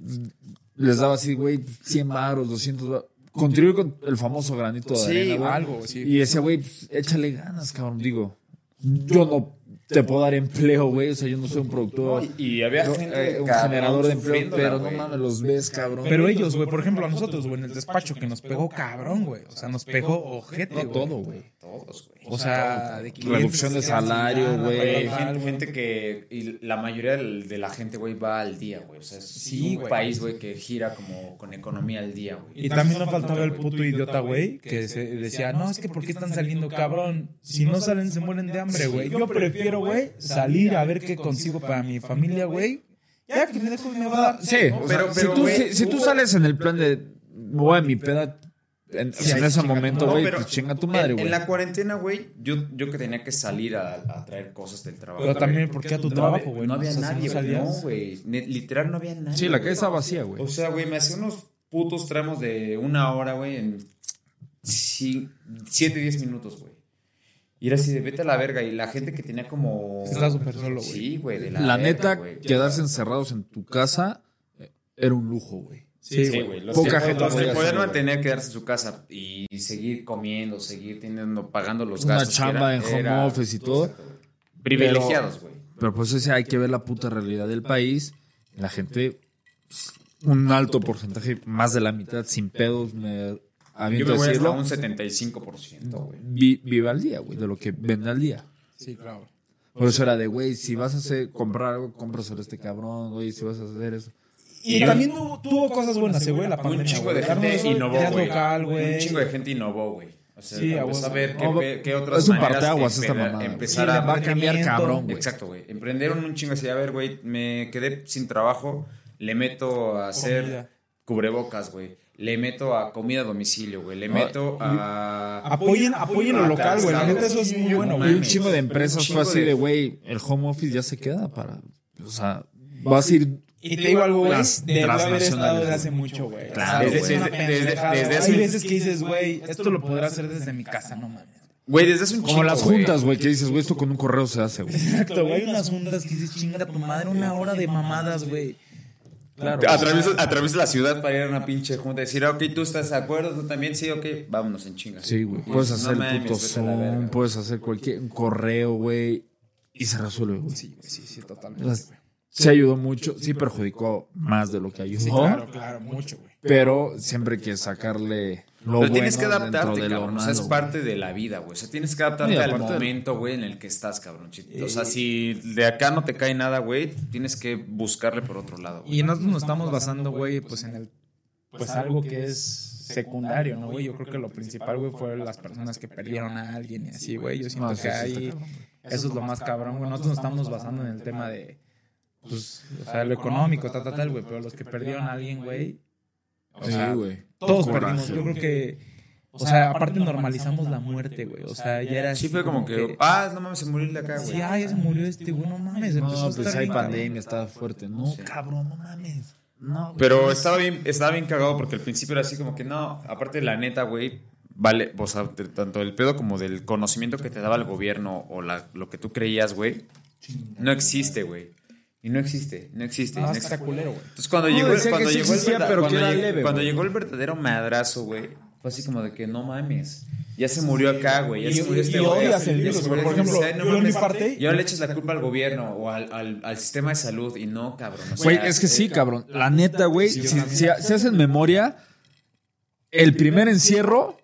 S2: les daba así, güey, 100 baros, 200 baros. Contribuir con el famoso granito de arena, güey.
S3: algo, sí.
S2: Y decía, güey, pues, échale ganas, cabrón. Digo, yo no te puedo dar empleo, güey. O sea, yo no soy un productor,
S1: Y había
S2: no,
S1: gente,
S2: eh, un
S1: cabrón,
S2: generador de empleo,
S1: sufriéndola,
S2: pero no
S1: güey.
S2: mames, los ves, cabrón.
S3: Pero ellos, güey, por ejemplo, a nosotros, güey, en el despacho que nos pegó cabrón, güey. O sea, nos pegó ojete,
S2: no
S3: güey.
S2: todo, güey.
S1: Todos, güey.
S3: O sea, de clientes
S2: Reducción de
S3: que eran sin
S2: salario,
S3: nada,
S2: güey.
S1: Güey,
S3: tal,
S1: gente,
S3: güey.
S1: gente que y la mayoría del- de la gente, güey, va al día, güey. O sea, es
S3: Sí,
S1: un
S3: güey.
S1: país, güey, que gira como con economía al día, güey.
S3: Y también no faltaba el puto idiota, güey, que se decía, no, es que ¿por qué están saliendo, cabrón? Si no salen, se mueren de hambre, güey. Yo prefiero, güey, salir a ver qué consigo para mi familia, güey. Ya, que me dejo, me va a dar.
S2: Sí, o sea,
S4: pero-
S2: si,
S4: pero,
S2: tú,
S4: güey,
S2: si- si tú sales en el plan de, me voy a mi peda, en, en ese momento,
S4: No,
S2: güey,
S4: pero
S2: pues chinga tu madre,
S1: en,
S2: güey.
S1: en la cuarentena, güey, yo, yo que tenía que salir a, a traer cosas del trabajo.
S3: Pero también,
S1: güey,
S3: ¿por qué a tu
S1: no
S3: trabajo,
S1: había-
S3: güey?
S1: No
S3: O
S1: había
S3: sea, si no
S1: nadie, güey.
S3: salías.
S1: No, güey. Ne- Literal, no había nadie.
S2: Sí, la
S1: güey.
S2: calle estaba vacía, güey.
S1: O sea, güey, me hacía unos putos tramos de una hora, güey, en 7, 10 minutos, güey. Y era así de vete a la verga. Y la gente que tenía como.
S3: Estaba súper solo, güey.
S1: Sí, güey, de la.
S2: La
S1: verga,
S2: neta,
S1: güey.
S2: quedarse encerrados en tu casa eh, era un lujo, güey.
S1: Sí, güey. Los
S2: Poca
S1: que,
S2: gente
S1: los que
S2: podía
S1: podían
S2: hacerlo,
S1: mantener, quedarse en su casa y seguir comiendo, seguir teniendo, pagando los
S2: Una
S1: gastos. que
S2: chamba en home
S1: era-
S2: office y todo.
S1: Privilegiados, güey.
S2: Pero pues o sea, hay que ver la puta realidad del país. La gente, un alto porcentaje, más de la mitad, sin pedos, me
S1: Yo
S2: aviento
S1: me
S2: a
S1: voy hasta
S2: decirlo,
S1: un 75%, güey.
S2: vi- vive al día, güey, de lo que vende al día.
S3: Sí, claro.
S2: Por eso era de, güey, si vas a hacer, comprar algo, compras a este cabrón, güey, si vas a hacer eso.
S3: Y también tuvo, tuvo cosas buenas, eh, güey, la pandemia.
S1: Un chingo de
S3: güey. Armas,
S1: gente innovó,
S3: teatro
S1: güey.
S3: local, güey.
S1: Un chingo de gente innovó, güey. O sea,
S3: Sí, a
S1: empezó a
S3: huevo.
S1: ver qué,
S2: No,
S1: pe- qué otras
S2: es un
S1: maneras de
S2: parteaguas esta
S1: empe-
S2: mamada.
S1: Empezar
S3: Sí,
S1: a...
S3: la
S2: va a cambiar cabrón, güey.
S1: Exacto, güey. Emprendieron un chingo así, a ver, güey, me quedé sin trabajo, le meto a hacer
S3: Comida.
S1: cubrebocas, güey. le meto a comida a domicilio, güey. Le
S2: Ah,
S1: meto a.
S3: Apoyen, apoyen lo local, güey. La neta, eso es muy bueno,
S2: Y
S3: güey.
S2: un chingo de empresas fue así de, güey, el home office ya se queda para. O sea, vas a ir.
S3: Y te digo algo, güey, de no haber estado
S2: transnacionales,
S3: desde hace mucho, güey.
S1: Claro,
S3: O sea,
S1: desde-
S3: es una
S1: desde- desde-
S3: pendejada.
S1: desde hace-
S3: Hay veces que dices, güey, esto lo podrá hacer desde mi casa, no mames.
S1: Güey, desde hace un
S2: Como
S1: chingo,
S2: las
S1: güey.
S2: juntas, güey, que dices, güey, esto con un correo se hace, güey.
S3: Exacto, güey. Hay unas juntas que dices, chinga tu madre, una hora de mamadas, güey. Claro.
S1: Atraviesa, atraviesa la ciudad para ir a una pinche junta y decir, ah, ok, tú estás de acuerdo, tú también, sí, ok, vámonos en chingas.
S2: Sí, güey. Puedes hacer
S1: no
S2: el
S1: mames,
S2: puto
S1: vete a la
S2: Zoom,
S1: verga, güey.
S2: puedes hacer cualquier un correo, güey. Y se resuelve, güey.
S3: Sí, güey, sí, sí, totalmente.
S2: Las- Se ayudó mucho, sí perjudicó más de lo que ayudó.
S3: Claro, claro, mucho, güey.
S2: Pero siempre hay que sacarle lo
S1: Pero
S2: bueno
S1: tienes que
S2: dentro
S1: adaptarte,
S2: de lo
S1: cabrón. O sea,
S2: malo,
S1: es
S2: güey.
S1: parte de la vida, güey. O sea, tienes que adaptarte
S2: Y
S1: al
S2: aparte- Eh,
S1: momento, güey, en el que estás, cabrón. Si- O sea, si de acá no te cae nada, güey, tienes que buscarle por otro lado, güey.
S3: Y nosotros nos estamos basando, güey, pues en el. Pues algo que es secundario, ¿no, güey? Yo creo que lo principal, güey, fue las personas que perdieron a alguien y así, güey. Yo siento
S2: No,
S3: que
S2: eso sí está
S3: ahí. Eso es lo más cabrón, güey. Nosotros nos estamos basando en el tema de. Pues, o sea, lo económico, tal, tal, tal, güey. Pero los que perdieron a alguien, güey. O sea,
S2: Sí, güey.
S3: todos
S2: Coraje.
S3: perdimos. Yo creo que. O sea, aparte normalizamos la muerte, güey. O sea, ya era.
S1: Sí,
S3: así
S1: fue como que, ah, no mames, se murió el de acá, güey.
S3: Sí, ay, se murió este, güey. No mames. empezó a
S2: No, pues
S3: estar
S2: hay
S3: bien cabrón.
S2: pandemia, está fuerte, ¿no?
S12: Cabrón, no mames.
S1: Pero estaba bien, estaba bien cagado porque al principio era así como que no, aparte la neta, güey, vale, o sea, de- tanto el pedo como del conocimiento que te daba el gobierno o la- lo que tú creías, güey, no existe, güey. Y no existe, no existe. no
S3: No,
S1: existe.
S3: Ah, está culero, güey.
S1: Entonces cuando llegó,
S2: decía que
S1: cuando
S2: sí
S1: llegó el
S2: existía,
S1: verda-
S2: pero que
S1: cuando
S2: era
S1: llegó-
S2: leve,
S1: cuando
S2: güey.
S1: llegó el verdadero madrazo, güey, fue así como de que no mames. Ya se murió acá, güey. Ya
S3: Y-
S1: se murió
S3: y-
S1: este
S3: y
S1: güey.
S3: odias
S1: ya se
S3: el
S1: murió
S3: virus,
S1: este
S3: güey.
S1: güey,
S3: Por ejemplo,
S1: dices, "Ay, no
S3: yo en mi
S1: mames,
S3: parte-
S1: Y ahora le echas la culpa al gobierno o al, al- al sistema de salud y no, cabrón. o
S2: Güey,
S1: sea, eh,
S2: es que sí, cabrón. La neta, güey, si, si, si hacen memoria, el primer encierro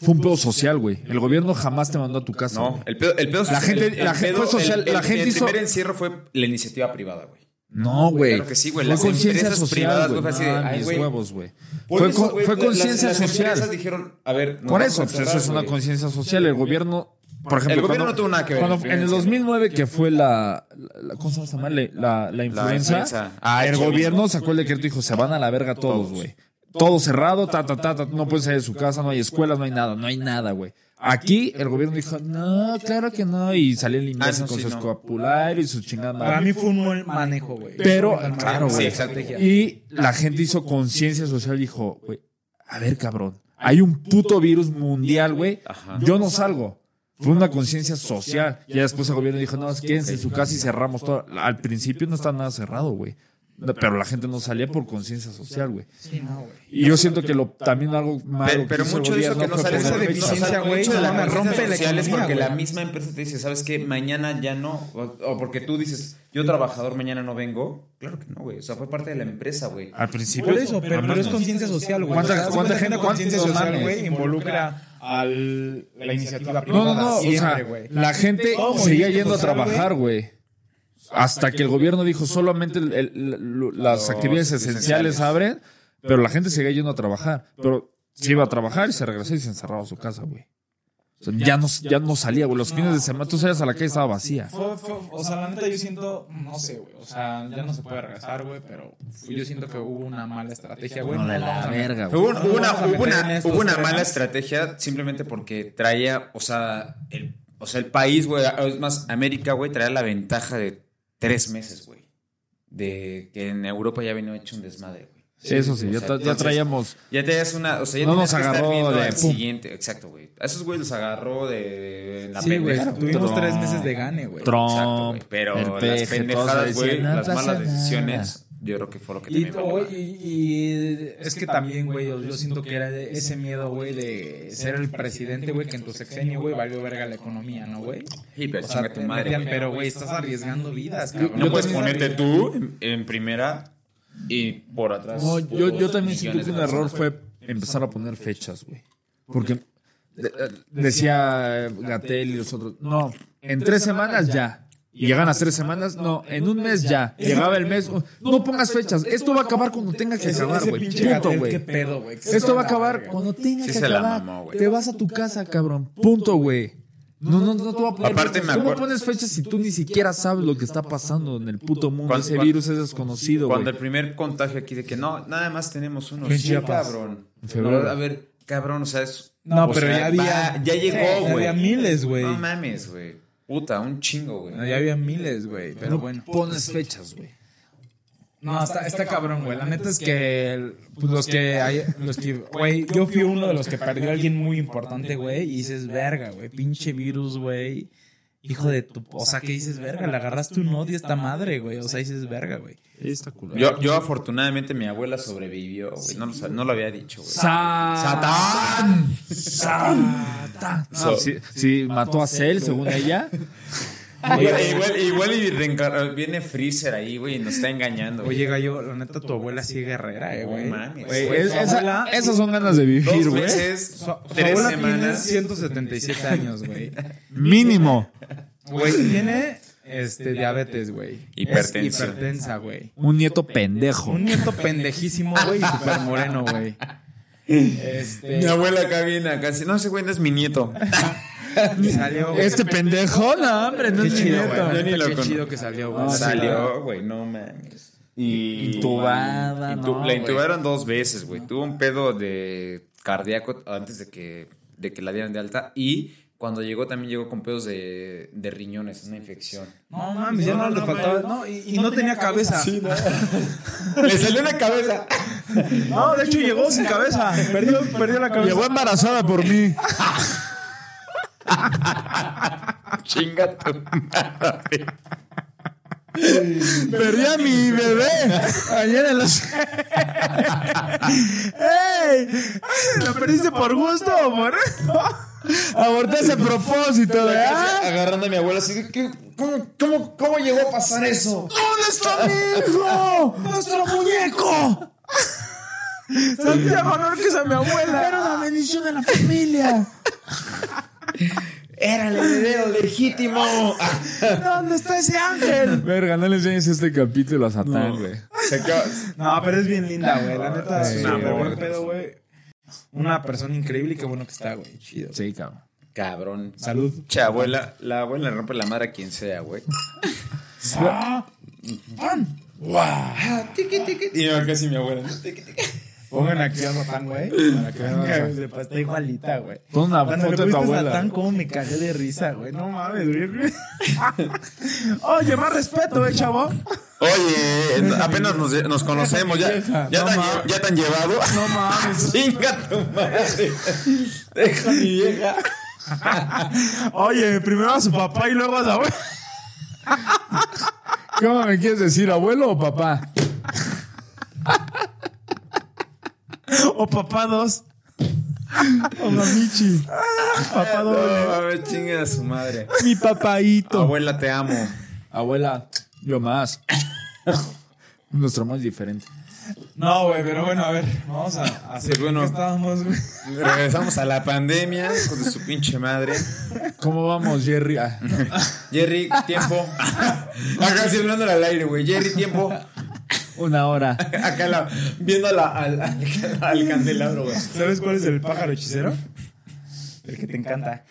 S2: fue un pedo social, güey. El gobierno jamás te mandó a tu casa.
S1: No,
S2: güey.
S1: el pedo, el pedo
S2: La gente- la gente fue social- la gente
S1: el
S2: hizo-
S1: primer encierro fue la iniciativa privada, güey.
S2: No, güey.
S1: Claro que sí, güey.
S2: Fue
S1: Las
S2: conciencia
S1: empresas privadas,
S2: social,
S1: güey, fue
S2: güey.
S1: así de,
S2: Ah,
S1: ay,
S2: mis
S1: güey.
S2: huevos, güey.
S1: Por
S2: Fue,
S1: eso,
S2: con-
S1: güey,
S2: fue
S1: las-
S2: conciencia
S1: las empresas
S2: social.
S1: dijeron, a ver, nos
S2: Por
S1: vamos
S2: eso,
S1: a
S2: pues
S1: cerrar,
S2: eso es una
S1: güey.
S2: conciencia social. El gobierno, por ejemplo,
S1: El gobierno
S2: cuando-
S1: no tuvo nada que ver.
S2: Cuando-
S1: el
S2: en el 2009 que fue la, la- la- ¿cómo se llama? La, la, la influenza,
S1: influenza. Ah,
S2: el
S1: sí,
S2: gobierno sacó el decreto y dijo, se van a la verga todos, güey. Todo cerrado, ta, ta, ta, ta, no puedes salir de su casa, no hay escuelas, no hay nada, no hay nada, güey. Aquí el gobierno dijo, no, claro que no, y salió el imbécil
S1: Ah, no,
S2: con
S1: sí,
S2: su
S1: no.
S2: escapulario y su chingada
S3: Para
S2: madre.
S3: mí fue un mal manejo, güey.
S2: Pero,
S3: Fue un mal
S2: claro,
S3: manejo.
S1: Sí,
S2: güey.
S1: exacto.
S2: Y la gente hizo conciencia social y dijo, güey, a ver, cabrón, hay un puto virus mundial, güey,
S1: Ajá.
S2: yo no salgo. Fue una conciencia social. Ya después el gobierno dijo, no, es quédense en su casa y cerramos todo. Al principio no está nada cerrado, güey. No, Pero la gente no salía por conciencia social, güey.
S3: Sí, no, güey.
S2: Y yo siento que lo, también algo malo.
S1: Pero,
S2: que
S1: pero
S2: hizo el
S1: mucho de eso
S2: gobierno
S1: que no
S2: fue
S1: sale
S2: poner
S3: esa
S2: fechas.
S3: deficiencia,
S1: o sea,
S3: güey,
S1: mucho de
S3: no
S1: la
S3: mames,
S1: conciencia
S3: rompe la
S1: social es
S3: economía,
S1: porque
S3: güey.
S1: la misma empresa te dice, ¿sabes qué? Mañana ya no. O, o porque tú dices, yo trabajador, mañana no vengo. Claro que no, güey. O sea, fue parte de la empresa, güey.
S2: Al principio.
S3: Por eso, pero, pero es conciencia social, güey.
S2: ¿Cuánta-
S3: O sea,
S2: cuánta
S3: cuenta que
S2: gente-
S3: una conciencia
S2: cuántos
S3: social,
S2: mames?
S3: güey, involucra a la iniciativa
S2: No, no,
S3: privada?
S2: no. O sea,
S3: siempre, güey.
S2: la gente
S3: Todo
S2: seguía
S3: movimiento
S2: yendo a
S3: social,
S2: trabajar, güey. Hasta que el gobierno dijo solamente el- el- el- las actividades esenciales abren, pero la gente seguía yendo a trabajar. Pero se iba a trabajar y se regresó y se encerraba a su casa, güey. O sea, ya, no, ya no salía, güey. Los fines de semana, tú salías a la calle estaba vacía.
S3: Fue- fue- o sea, la neta yo siento, no sé, güey. O sea, ya no se puede regresar, güey, pero yo siento que hubo una mala estrategia, güey. No, vamos a-
S1: Hubo, un- hubo una,
S3: Vamos a
S1: hubo
S3: meter
S1: una-
S3: en estos
S1: hubo una
S3: temas.
S1: mala estrategia simplemente porque traía, o sea, el, o sea, el país, güey, es más, América, güey, traía la ventaja de tres meses, güey. De que en Europa ya vino hecho un desmadre, güey.
S2: Sí, eso sí,
S1: O
S2: ya,
S1: sea,
S2: tra- ya
S1: entonces,
S2: traíamos.
S1: Ya tenías una, o sea, ya
S2: No
S1: tenías
S2: nos
S1: que estar
S2: agarró
S1: viendo
S2: de
S1: al
S2: pum.
S1: siguiente, exacto, güey. A esos güey los agarró de en la
S3: Sí, güey.
S1: pendeja,
S3: Tuvimos
S2: Trump.
S3: tres meses de gane, güey.
S1: Exacto,
S2: Trump,
S1: güey. Pero
S2: el
S1: las
S2: peje, todos
S1: pendejadas,
S2: decían,
S1: güey,
S2: "No
S1: las
S2: pasa
S1: malas
S2: nada".
S1: decisiones, yo creo que fue lo que
S3: Y,
S1: también me
S3: güey, y- y es que también, güey, yo, yo siento que era de- ese miedo, güey, de ser el presidente, güey, que en tu sexenio, güey, valió verga la economía, ¿no, güey?
S1: Sí, pero
S3: O sea,
S1: chinga tu
S3: te
S1: madre,
S3: metían,
S1: güey.
S3: pero, güey, estás arriesgando vidas, cabrón.
S1: No puedes ponerte tú en, en primera y por atrás.
S2: No, yo, yo
S1: putos
S2: también siento
S1: millones
S2: que
S1: de
S2: un error
S1: personas.
S2: fue empezar a poner fechas, güey. Porque de- decía Gatel y los otros, no, en tres semanas ya. Y llegan las tres semanas, no, en un mes ya. Llegaba el mes, oh, no pongas fechas, esto va a acabar cuando tenga que
S3: Ese-
S2: acabar,
S3: ese
S2: güey.
S3: pinche
S2: Punto,
S3: Gatell,
S2: güey.
S3: qué pedo, güey.
S2: Esto va a acabar cuando tenga
S1: Sí
S2: que
S1: se la
S2: acabar.
S1: mamó, güey.
S2: Te vas a tu casa, cabrón. Punto, güey. No, no, no te voy a poner.
S1: Aparte, me
S2: ¿Cómo
S1: acuerdo-
S2: pones fechas si tú ni siquiera sabes lo que está pasando en el puto mundo?
S1: Cuando-
S2: Ese
S1: cuando-
S2: virus es desconocido, güey.
S1: Cuando el primer contagio aquí de que no, nada más tenemos uno.
S3: En
S1: Sí,
S3: Chiapas.
S1: cabrón.
S2: febrero.
S1: No, a ver, cabrón, o sea, es.
S3: No,
S1: o
S3: pero
S1: sea,
S3: ya había.
S1: va- ya llegó,
S3: Sí, ya
S1: güey.
S3: había miles, güey.
S1: No mames, güey. Puta, un chingo, güey.
S3: Ya había miles, güey. Pero bueno.
S2: pones fechas, güey.
S3: No, está, está cabrón, güey. La neta es que el- pues, los que hay, los que, güey, yo fui uno de los que perdió a alguien muy importante, güey, y dices, verga, güey, pinche virus, güey. Hijo de tu, o sea, que dices, verga, le agarraste un odio a esta madre, güey. O sea, dices, verga, güey.
S2: Está culero.
S1: Yo, yo afortunadamente mi abuela sobrevivió, güey. No, lo sab- no lo había dicho, güey.
S2: ¡Satán!
S1: So-
S2: sí, sí, mató a Cell, según ella.
S1: Igual, igual, igual y reencar- viene Freezer ahí, güey, y nos está engañando. güey.
S3: Oye, gallo, la neta, tu abuela sí es guerrera, eh, güey.
S1: No mames,
S3: Güey,
S1: güey.
S3: es- esa-
S2: esas son ganas de vivir,
S1: dos
S2: güey.
S1: meses,
S3: su
S1: tres
S3: abuela
S1: semanas.
S3: tiene 177 años, güey.
S2: Mínimo.
S3: Güey, tiene, este, diabetes, güey. Es
S1: Hipertensión.
S3: Hipertensa, güey.
S2: Un nieto pendejo.
S3: Un nieto pendejísimo, güey, y súper moreno, güey.
S1: Mi abuela acá viene acá. dice, No, ese güey no es mi nieto.
S3: Y salió, güey.
S2: Este pendejo, no, hombre, no
S3: Qué
S2: es mi
S3: chido,
S2: nieto.
S3: güey.
S1: Yo ni lo
S3: Qué
S1: con-
S3: chido que salió, güey.
S1: Salió, güey, no mames. Y,
S2: Intubada,
S1: Intu-
S2: no,
S1: La
S2: güey.
S1: intubaron dos veces, güey. Tuvo un pedo de cardíaco antes de que, de que la dieran de alta. Y cuando llegó también llegó con pedos de, de riñones, una infección.
S3: No mames, ya no, le faltaba. No, y, y no, tenía cabeza.
S1: Le salió una cabeza.
S3: No, de hecho llegó sin cabeza. Perdió, perdió la cabeza.
S2: Llegó embarazada por mí.
S1: Chinga tu madre.
S2: Perdí a mi bebé. Ayer en los. ¡Ey! ¿Lo perdiste por gusto o por.? Aborté ese propósito, ¿verdad?
S1: Agarrando a mi abuela así. ¿qué- cómo, cómo, cómo llegó a pasar eso?
S2: ¿Dónde está mi hijo? ¡Nuestro muñeco! Santiago Norquez a mi abuela. Era una bendición de la familia.
S1: Era el heredero legítimo.
S2: ¿Dónde está ese ángel? Verga, no le enseñes este capítulo a Satán, güey.
S1: Se quedó-
S3: No, pero es bien linda, güey. La neta,
S1: Sí,
S3: es
S1: amor.
S3: buen pedo, güey. Una persona increíble y qué bueno que está, güey. Chido.
S2: Sí, cabrón.
S1: Cabrón.
S3: Salud.
S1: Che, abuela, la abuela le rompe la madre a quien sea, güey.
S3: Ah.
S1: Y yo casi mi abuela.
S3: Pongan aquí a Satán, güey. Para que vean. que se pa- Está igualita, güey.
S2: Pon una
S3: Cuando le
S2: Ah, foto de tu
S3: pusiste
S2: abuela.
S3: Satán, cómo me cagué de risa, güey. No mames, güey. Oye, más respeto, eh, chavo.
S1: Oye, eh, apenas nos, nos conocemos, ya, ya, te han, lle- ya te han llevado. No mames. Chinga tu madre. Deja mi vieja.
S3: Oye, primero a su papá y luego a su abuela.
S2: ¿Cómo me quieres decir, abuelo o papá?
S3: O papá dos.
S1: No, a ver, chinga a su madre.
S2: Mi papaito.
S1: Abuela, te amo.
S2: Abuela, yo más. Nuestro amor es diferente.
S3: No, güey, pero bueno, a ver. Vamos a, a hacer
S1: bueno.
S3: que estábamos, güey.
S1: Regresamos a la pandemia con su pinche madre.
S2: ¿Cómo vamos, Jerry? Ah,
S1: Jerry, tiempo. Acá sí hablando al aire, güey. Jerry, tiempo.
S2: Una hora.
S1: Acá la, viendo a la- al, al- al candelabro, güey.
S3: ¿Sabes cuál es el pájaro hechicero? El que te encanta.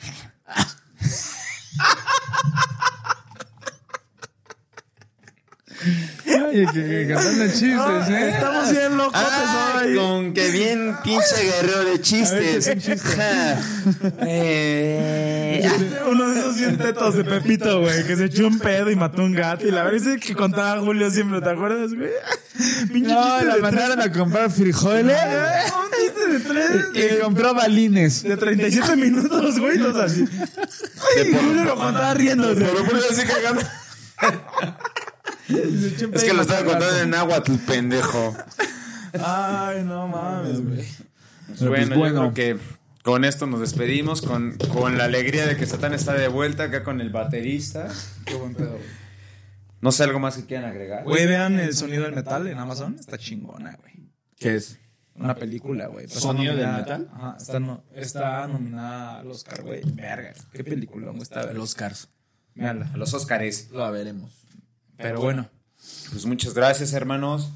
S2: Ay, que, que cantando chistes, ¿eh?
S3: Estamos bien
S1: Ah,
S3: locos
S1: Ay, con que bien pinche guerrero de chistes. Ja. Eh,
S3: Uno de esos bien tetos de Pepito, güey, que se echó un pedo y mató un gato. Y la verdad es que contaba Julio siempre, ¿te acuerdas, güey? Pinche
S2: No,
S3: chiste
S2: la
S3: de
S2: mandaron a comprar frijoles
S3: tres- Un chiste de tres.
S2: y compró balines.
S3: De 37 minutos, güey, todos así. Y Julio lo contaba riéndose.
S1: Pero por eso sí cagando. Es que lo estaba contando en agua, tu pendejo.
S3: Ay, no mames, güey.
S1: Bueno,
S2: pues, bueno.
S1: yo creo que con esto nos despedimos, con, con la alegría de que Satán está de vuelta acá con el baterista.
S3: Qué buen pedo, güey.
S1: No sé, algo más que quieran agregar.
S3: Güey, vean el sonido del metal en Amazon. Está chingona, güey.
S2: ¿Qué es?
S3: Una película, güey. Pero
S2: ¿Sonido
S3: está
S2: del
S3: nominada- Ajá, está, no- está nominada al Oscar, güey. Verga, qué película, güey. Está verga.
S2: Oscars.
S3: Véanla.
S1: A los Óscares.
S2: Lo veremos.
S3: Pero bueno,
S1: Pues muchas gracias, hermanos.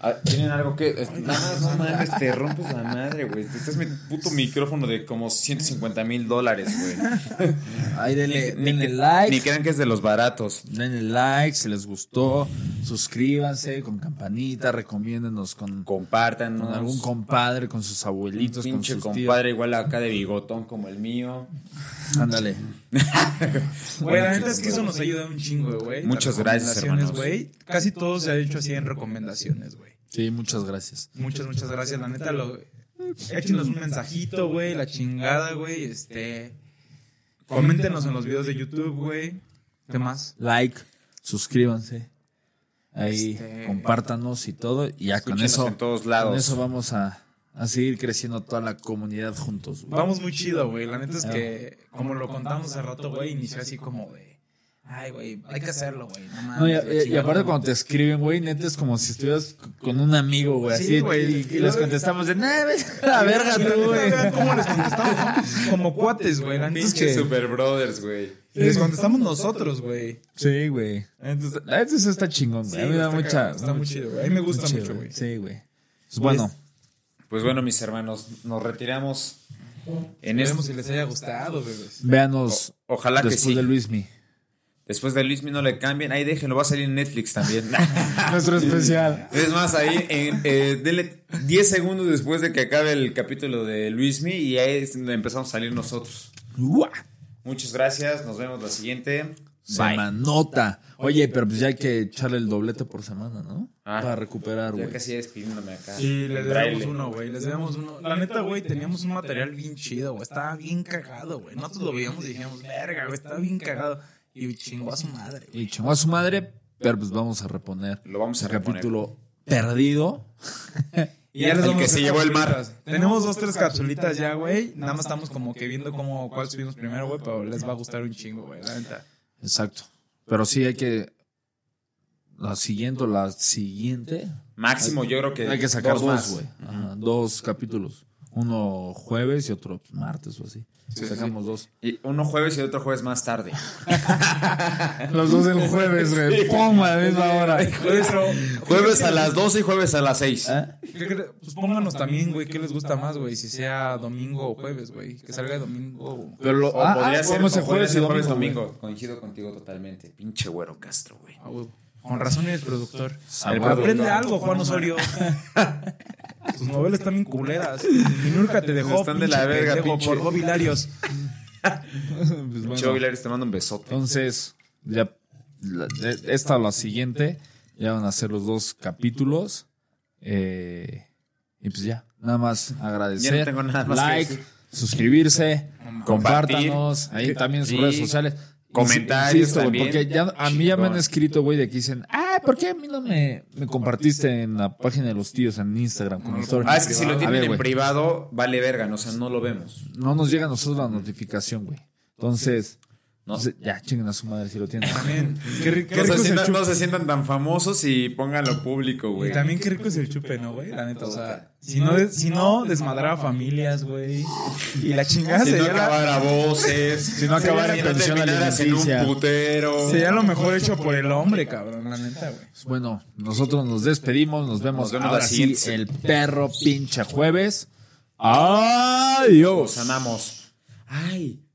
S13: Ah, Tienen algo que. eh, Nada más, no mames, te rompes la madre, güey. Este es mi puto micrófono de como 150 mil dólares, güey.
S2: Ahí denle,
S1: Ni-
S2: denle
S1: Ni
S2: like.
S1: crean que es de los baratos.
S2: Denle like si les gustó. Suscríbanse con campanita. Recomiéndenos con,
S1: Compartan.
S2: con
S1: ¿no?
S2: algún compadre, con sus abuelitos, con
S1: pinche
S2: sus
S1: compadre igual acá de bigotón como el mío.
S2: tíos. Ándale.
S3: Güey, la neta es que eso nos ayuda un chingo, güey.
S1: Muchas
S3: Las
S1: gracias,
S3: recomendaciones,
S1: hermanos.
S3: güey. Casi todo se ha hecho así en recomendaciones, güey.
S2: Sí, muchas gracias.
S3: Muchas, muchas gracias. La neta, lo, échenos un mensajito, güey. La chingada, güey. Este. Coméntenos en los videos de YouTube, güey. ¿Qué más?
S2: Like, suscríbanse. Ahí,
S3: Este-
S2: compártanos y todo. Y ya con
S1: Escúchenos
S2: eso,
S1: en todos
S2: con
S1: lados.
S2: eso vamos a, a seguir creciendo toda la comunidad juntos. güey.
S3: Vamos muy chido, güey. La neta es que, como lo contamos hace rato, güey, inició así como de. Ay, güey, hay que hacerlo, güey. No mames,
S2: Ah, No, y, eh,
S3: la
S2: y- y
S3: chingada,
S2: aparte
S3: no
S2: cuando te escriben, güey, neta es como si estuvieras c- con un amigo, güey,
S3: Sí,
S2: así.
S3: güey.
S2: y, y les contestamos de, nah, vete a la verga
S3: Y la
S2: tú,
S3: neta,
S2: güey.
S3: vean ¿Cómo les contestamos? Somos Como cuates, güey. La neta es
S13: Pinche
S3: que
S13: Super Brothers, güey.
S3: les contestamos nosotros, güey.
S2: Sí, güey.
S3: Entonces,
S2: La neta eso está chingón, güey. a mí me da
S3: está
S2: mucha...
S3: cagado, Está muy chido, güey. A mí me gusta
S2: chévere,
S3: mucho, güey.
S2: Sí, güey. Pues bueno,
S1: Pues bueno, mis hermanos, nos retiramos en este-
S3: Esperemos si les haya gustado, bebés.
S2: véanos
S1: Ojalá que
S2: después
S1: sí.
S2: de Luismi.
S1: Después de Luis no le cambien. Ahí déjenlo, va a salir en Netflix también.
S2: Nuestro especial.
S1: Es más, ahí en, eh, denle 10 segundos después de que acabe el capítulo de Luismi y ahí es donde empezamos a salir nosotros. Muchas gracias, nos vemos la siguiente.
S2: Semanota. Oye, pero pues ya hay que echarle el doblete por semana, ¿no?
S1: Ah.
S2: Para recuperar,
S1: Ya
S2: güey.
S1: casi despidiéndome acá.
S3: Sí, les debemos
S1: Braille.
S3: uno, güey. Les debemos uno. La neta, güey, teníamos un material bien chido, güey. Estaba bien cagado, güey. Nosotros lo veíamos y dijimos, verga, güey, estaba bien cagado. Y chingó a su madre, güey.
S2: Y chingó a su madre, pero pues vamos a reponer.
S1: Lo vamos a
S2: el
S1: reponer.
S2: capítulo perdido.
S3: Y ya les
S1: El
S3: vamos
S1: que
S3: a
S1: se
S3: hacer
S1: llevó el mar.
S3: capsulitas. Tenemos dos, tres capsulitas ya, güey. Nada más estamos como que viendo cómo, cuál subimos primero, güey. Pero les va a gustar un chingo, güey. La neta.
S2: Exacto. Pero sí hay que. La siguiente, o la siguiente.
S1: Máximo, yo creo que.
S2: Hay que sacar
S1: más.
S2: Eh, dos, güey. Ajá, Dos capítulos. Uno jueves y otro martes o así. Sacamos dos.
S1: Y uno jueves y otro jueves más tarde.
S2: Ah,
S14: Los dos del jueves, güey. ¡Pum! A la misma hora.
S3: Jueves,
S1: Jueves a las 12 y jueves a las 6.
S3: ¿Qué cre- Pues pónganos también, güey, qué les gusta más, güey, si sea domingo o jueves, güey. Que salga domingo.
S2: Pero lo,
S1: O podría ser
S2: vamos
S1: o
S2: a
S1: podría
S2: Ah, jueves y
S1: ser
S2: domingo.
S1: domingo. Coincido contigo totalmente. Pinche güero Castro, güey.
S3: Ah, güey. Con razón eres productor.
S2: Ah,
S3: Pero
S2: huevo.
S3: Aprende algo, Juan Osorio. Sus novelas están bien culeras. Minurca te dejó.
S1: Están de la
S3: pinche
S1: verga,
S3: pendejo,
S1: pinche.
S3: Por Gobilarios.
S2: Pues bueno,
S1: Pinche Aguilares, te mando un besote.
S2: entonces, ya. la- e- esta o la siguiente. Ya van a ser los dos capítulos. Eh, y pues ya. Nada más agradecer.
S1: Ya no tengo nada más que
S2: like,
S1: decir.
S2: suscribirse,
S1: Compartir.
S2: compártanos, ahí también en sus
S1: Sí.
S2: redes sociales.
S1: Comentarios
S2: güey,
S1: también.
S2: Porque ya a mí ya me han
S1: Chingón.
S2: escrito, güey, de aquí dicen, ah, ¿por qué a mí no me, me compartiste en la página de los tíos en Instagram? Con story?
S1: Ah, es que si lo
S2: A
S1: tienen
S2: ver,
S1: en
S2: güey,
S1: privado, vale verga, no, o sea, no lo vemos.
S2: No nos llega a nosotros la notificación, güey. Entonces,
S1: No.
S2: entonces, ya, chinguen a su madre si lo tienen.
S3: También. Qué, ri- qué
S1: No
S3: rico
S1: se,
S3: es el
S1: sientan,
S3: chupe.
S1: no se sientan tan famosos y pónganlo público,
S3: Y
S1: güey.
S3: también qué rico es el chupe, ¿no, güey? La neta, o sea, si no, des- si no desmadraba familias, güey. Y la chingada
S1: Si no
S3: sería, la-
S1: acabar a voces, si
S2: no acabara en pensión
S1: terminaras en un
S2: alimenticia.
S1: putero.
S3: sería lo mejor hecho por el hombre, cabrón, la neta, güey.
S2: Pues bueno, nosotros nos despedimos, nos vemos,
S1: vemos
S2: ahora
S1: la
S2: sí,
S1: siguiente se-
S2: el perro pinche jueves. Adiós.
S1: Los amamos. Ay,